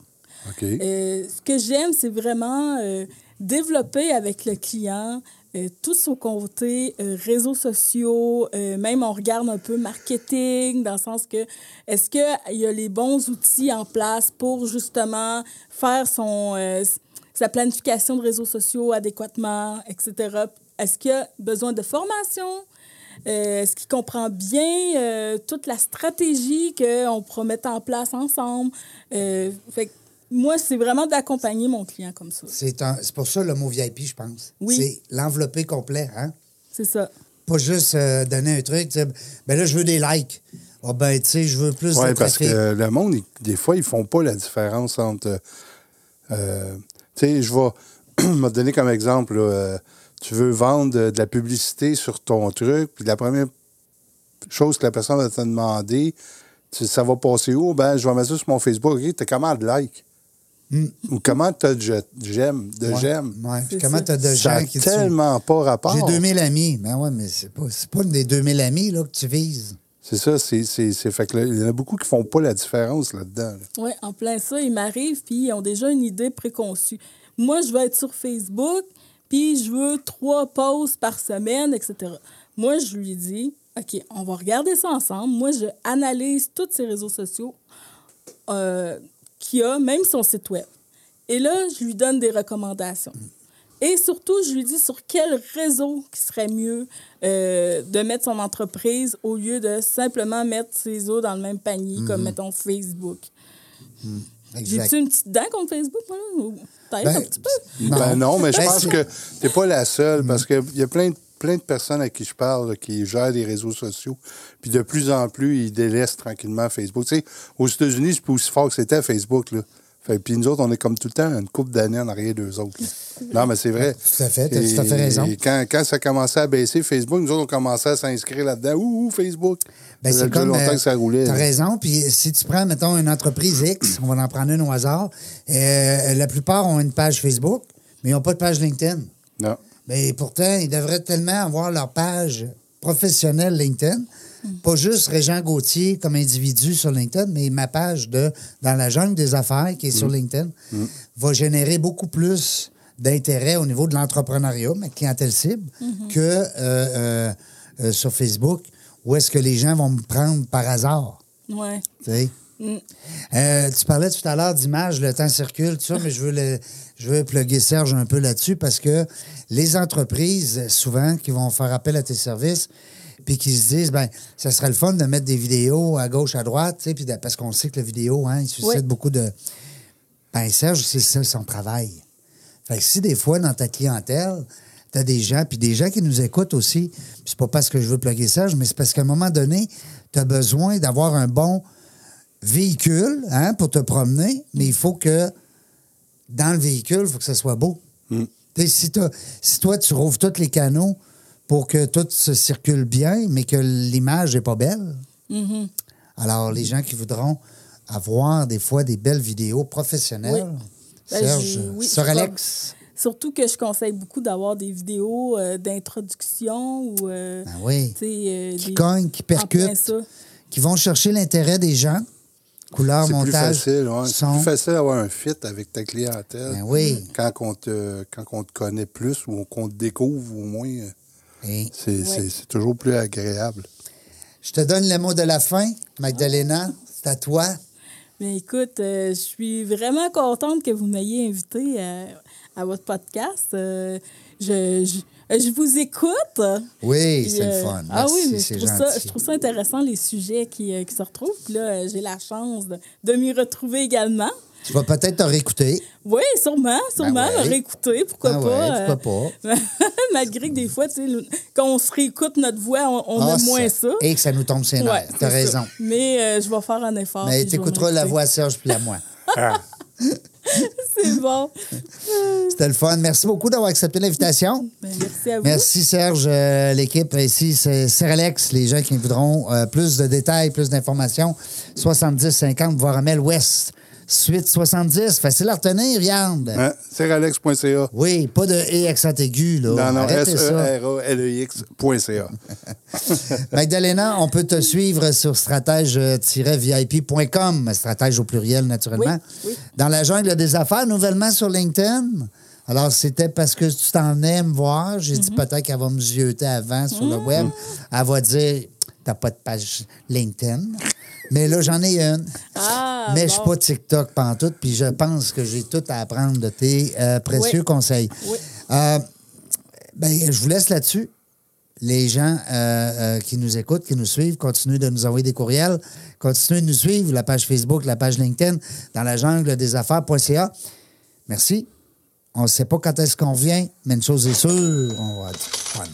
[SPEAKER 2] OK.
[SPEAKER 3] Euh, ce que j'aime, c'est vraiment euh, développer avec le client euh, tout son côté euh, réseaux sociaux, euh, même on regarde un peu marketing, dans le sens que est-ce qu'il y a les bons outils en place pour justement faire son, euh, sa planification de réseaux sociaux adéquatement, etc. Est-ce qu'il a besoin de formation? Euh, Est-ce qu'il comprend bien euh, toute la stratégie qu'on pourra mettre en place ensemble? Euh, fait que moi, c'est vraiment d'accompagner mon client comme ça.
[SPEAKER 1] C'est un- c'est pour ça le mot VIP, je pense.
[SPEAKER 3] Oui.
[SPEAKER 1] C'est l'envelopper complet, hein?
[SPEAKER 3] C'est ça.
[SPEAKER 1] Pas juste euh, donner un truc, tu sais, ben là, je veux des likes. Ah ben, tu sais, je veux plus
[SPEAKER 2] Oui,
[SPEAKER 1] de
[SPEAKER 2] parce
[SPEAKER 1] trafic.
[SPEAKER 2] que le monde, il- des fois, ils font pas la différence entre. euh, euh, tu sais, je vais (clears throat) me donner comme exemple. là, euh, tu veux vendre euh, de la publicité sur ton truc, puis la première chose que la personne va te demander, tu- ça va passer où? Ben, je vais mettre ça sur mon Facebook. OK, t'as comment de likes? Ou comment t'as de je- j'aime? De
[SPEAKER 1] Mm. Ouais,
[SPEAKER 2] j'aime?
[SPEAKER 1] ouais. Puis
[SPEAKER 3] C'est
[SPEAKER 1] comment
[SPEAKER 3] ça.
[SPEAKER 1] t'as de
[SPEAKER 2] ça
[SPEAKER 1] gens
[SPEAKER 2] n'a
[SPEAKER 1] qui te
[SPEAKER 2] tellement pas rapport.
[SPEAKER 1] J'ai 2000 amis. Ben ouais, mais c'est pas, c'est pas des 2000 amis là, que tu vises.
[SPEAKER 2] C'est ça, c'est, c'est, c'est- fait que là, il y en a beaucoup qui font pas la différence là-dedans. là.
[SPEAKER 3] Oui, en plein ça, ils m'arrivent, puis ils ont déjà une idée préconçue. Moi, je veux être sur Facebook, puis je veux trois pauses par semaine, etc. Moi, je lui dis, OK, on va regarder ça ensemble. Moi, je analyse tous ces réseaux sociaux euh, qu'il a, même son site web. Et là, je lui donne des recommandations. Et surtout, je lui dis sur quel réseau qui serait mieux euh, de mettre son entreprise au lieu de simplement mettre ses os dans le même panier, comme mettons Facebook.
[SPEAKER 1] Exact.
[SPEAKER 3] J'ai-tu une petite dent contre Facebook, moi, là? Ou Peut-être
[SPEAKER 1] Ben,
[SPEAKER 3] un petit peu.
[SPEAKER 1] Non.
[SPEAKER 2] Ben non, mais je
[SPEAKER 1] Ben,
[SPEAKER 2] pense
[SPEAKER 1] c'est-
[SPEAKER 2] que t'es pas la seule parce qu'il y a plein de, plein de personnes à qui je parle là, qui gèrent des réseaux sociaux. Puis de plus en plus, ils délaissent tranquillement Facebook. Tu sais, aux États-Unis, c'est pas aussi fort que c'était Facebook. Là. Fait, puis nous autres, on est comme tout le temps une couple d'années en arrière d'eux autres.
[SPEAKER 1] (laughs)
[SPEAKER 2] là. Non, mais c'est vrai.
[SPEAKER 1] Tout à fait, t'as tout à fait
[SPEAKER 2] Et-
[SPEAKER 1] raison.
[SPEAKER 2] Et quand, quand ça commençait à baisser, Facebook, nous autres, on commençait à s'inscrire là-dedans. Ouh, ouh, Facebook.
[SPEAKER 1] Ben,
[SPEAKER 2] ça
[SPEAKER 1] c'est
[SPEAKER 2] faisait
[SPEAKER 1] comme.
[SPEAKER 2] longtemps
[SPEAKER 1] euh,
[SPEAKER 2] que ça roulait.
[SPEAKER 1] T'as
[SPEAKER 2] là.
[SPEAKER 1] raison. Puis euh, si tu prends, mettons, une entreprise X, on va en prendre une au hasard, euh, la plupart ont une page Facebook, mais ils n'ont pas de page LinkedIn.
[SPEAKER 2] Non.
[SPEAKER 1] Mais pourtant, ils devraient tellement avoir leur page professionnelle LinkedIn. Pas juste Régent Gauthier comme individu sur LinkedIn, mais ma page de Dans la jungle des affaires qui est sur LinkedIn va générer beaucoup plus d'intérêt au niveau de l'entrepreneuriat, ma clientèle cible, que euh, euh, euh, sur Facebook, où est-ce que les gens vont me prendre par hasard.
[SPEAKER 3] Ouais.
[SPEAKER 1] Tu sais. Euh, tu parlais tout à l'heure d'image, le temps circule, tout ça, mais je veux, le, je veux plugger Serge un peu là-dessus parce que les entreprises, souvent, qui vont faire appel à tes services, puis qui se disent, ben, ça serait le fun de mettre des vidéos à gauche, à droite, tu sais, puis de- parce qu'on sait que la vidéo, hein, il suscite
[SPEAKER 3] Oui.
[SPEAKER 1] beaucoup de. Ben, Serge, c'est ça son travail. Fait que si des fois, dans ta clientèle, tu as des gens, puis des gens qui nous écoutent aussi, puis c'est pas parce que je veux plugger Serge, mais c'est parce qu'à un moment donné, tu as besoin d'avoir un bon véhicule hein, pour te promener, mais il faut que dans le véhicule, il faut que ça soit beau.
[SPEAKER 2] Mm.
[SPEAKER 1] T'sais, Si, t'as- si toi, tu rouvres tous les canaux pour que tout se circule bien, mais que l'image n'est pas belle,
[SPEAKER 3] Mm-hmm.
[SPEAKER 1] alors les gens qui voudront avoir des fois des belles vidéos professionnelles,
[SPEAKER 3] Ben,
[SPEAKER 1] Serge,
[SPEAKER 3] j'ai- oui,
[SPEAKER 1] Sir
[SPEAKER 3] je crois-
[SPEAKER 1] Alex.
[SPEAKER 3] Surtout que je conseille beaucoup d'avoir des vidéos euh, d'introduction ou. euh,
[SPEAKER 1] Ben oui.
[SPEAKER 3] tu sais, euh,
[SPEAKER 1] Qui
[SPEAKER 3] des-
[SPEAKER 1] cognent, qui
[SPEAKER 3] en plein
[SPEAKER 1] percutent.
[SPEAKER 3] ça.
[SPEAKER 1] qui vont chercher l'intérêt des gens, couleur,
[SPEAKER 2] C'est plus
[SPEAKER 1] montage,
[SPEAKER 2] facile, ouais. C'est
[SPEAKER 1] son.
[SPEAKER 2] plus facile d'avoir un fit avec ta clientèle.
[SPEAKER 1] Ben oui.
[SPEAKER 2] Quand on te, quand on te connaît plus ou qu'on te découvre au moins, euh,
[SPEAKER 1] Et
[SPEAKER 2] c'est c'est- c'est toujours plus agréable.
[SPEAKER 1] je te donne le mot de la fin, Magdalena, c'est à toi.
[SPEAKER 3] Mais écoute, euh, je suis vraiment contente que vous m'ayez invité euh, à votre podcast. Euh, je, euh, je, je vous écoute.
[SPEAKER 1] Oui,
[SPEAKER 3] Puis,
[SPEAKER 1] c'est
[SPEAKER 3] euh,
[SPEAKER 1] le fun.
[SPEAKER 3] ah oui,
[SPEAKER 1] Merci,
[SPEAKER 3] mais je
[SPEAKER 1] c'est
[SPEAKER 3] trouve,
[SPEAKER 1] gentil.
[SPEAKER 3] ça, je trouve ça intéressant, les sujets qui, euh, qui se retrouvent. Puis là, euh, j'ai la chance de, de m'y retrouver également.
[SPEAKER 1] Tu vas peut-être te réécouter.
[SPEAKER 3] Oui, sûrement, sûrement,
[SPEAKER 1] Ben ouais.
[SPEAKER 3] le réécouter, pourquoi
[SPEAKER 1] Ah
[SPEAKER 3] pas.
[SPEAKER 1] ouais, pourquoi
[SPEAKER 3] euh, (laughs) Malgré que des fois, tu sais, le- quand on se réécoute notre voix, on, on
[SPEAKER 1] Ah,
[SPEAKER 3] aime moins ça.
[SPEAKER 1] Et que ça nous tombe ses
[SPEAKER 3] Ouais,
[SPEAKER 1] nerfs. T'as
[SPEAKER 3] c'est
[SPEAKER 1] raison.
[SPEAKER 3] ça. Mais euh, je vais faire un effort.
[SPEAKER 1] Mais
[SPEAKER 3] puis je vais
[SPEAKER 1] t'écouteras la
[SPEAKER 3] m'écouter.
[SPEAKER 1] voix à Serge puis la moi.
[SPEAKER 3] (laughs) C'est bon.
[SPEAKER 1] C'était le fun. Merci beaucoup d'avoir accepté l'invitation.
[SPEAKER 3] Ben, merci à vous.
[SPEAKER 1] Merci Serge, euh, l'équipe ici, c'est Sir Alex, les gens qui voudront euh, plus de détails, plus d'informations, 70-50, voire Amel Ouest, suite 70, facile à retenir, Yann.
[SPEAKER 2] Hein? Seralex.ca.
[SPEAKER 1] Oui, pas de E accent aigu, là.
[SPEAKER 2] Non, euh, non,
[SPEAKER 1] Arrêtez ça.
[SPEAKER 2] S-E-R-A-L-E-X.ca.
[SPEAKER 1] Magdalena, on peut te suivre sur stratège-vip.com, stratège au pluriel, naturellement.
[SPEAKER 3] Oui, oui.
[SPEAKER 1] Dans la jungle des affaires, nouvellement sur LinkedIn. Alors, c'était parce que tu t'en es me voir. J'ai
[SPEAKER 3] Mhm.
[SPEAKER 1] dit peut-être qu'elle va me zioter avant sur le web. Elle va dire T'as pas de page LinkedIn. Mais là, j'en ai une.
[SPEAKER 3] Ah,
[SPEAKER 1] Mais je
[SPEAKER 3] bon.
[SPEAKER 1] suis pas TikTok pantoute, puis je pense que j'ai tout à apprendre de tes euh, précieux
[SPEAKER 3] Oui.
[SPEAKER 1] conseils.
[SPEAKER 3] Oui.
[SPEAKER 1] Euh, Ben, je vous laisse là-dessus. Les gens euh, euh, qui nous écoutent, qui nous suivent, continuez de nous envoyer des courriels, continuez de nous suivre, la page Facebook, la page LinkedIn, dans la jungle des affaires.ca. Merci. On ne sait pas quand est-ce qu'on vient, mais une chose est sûre, on va être fun.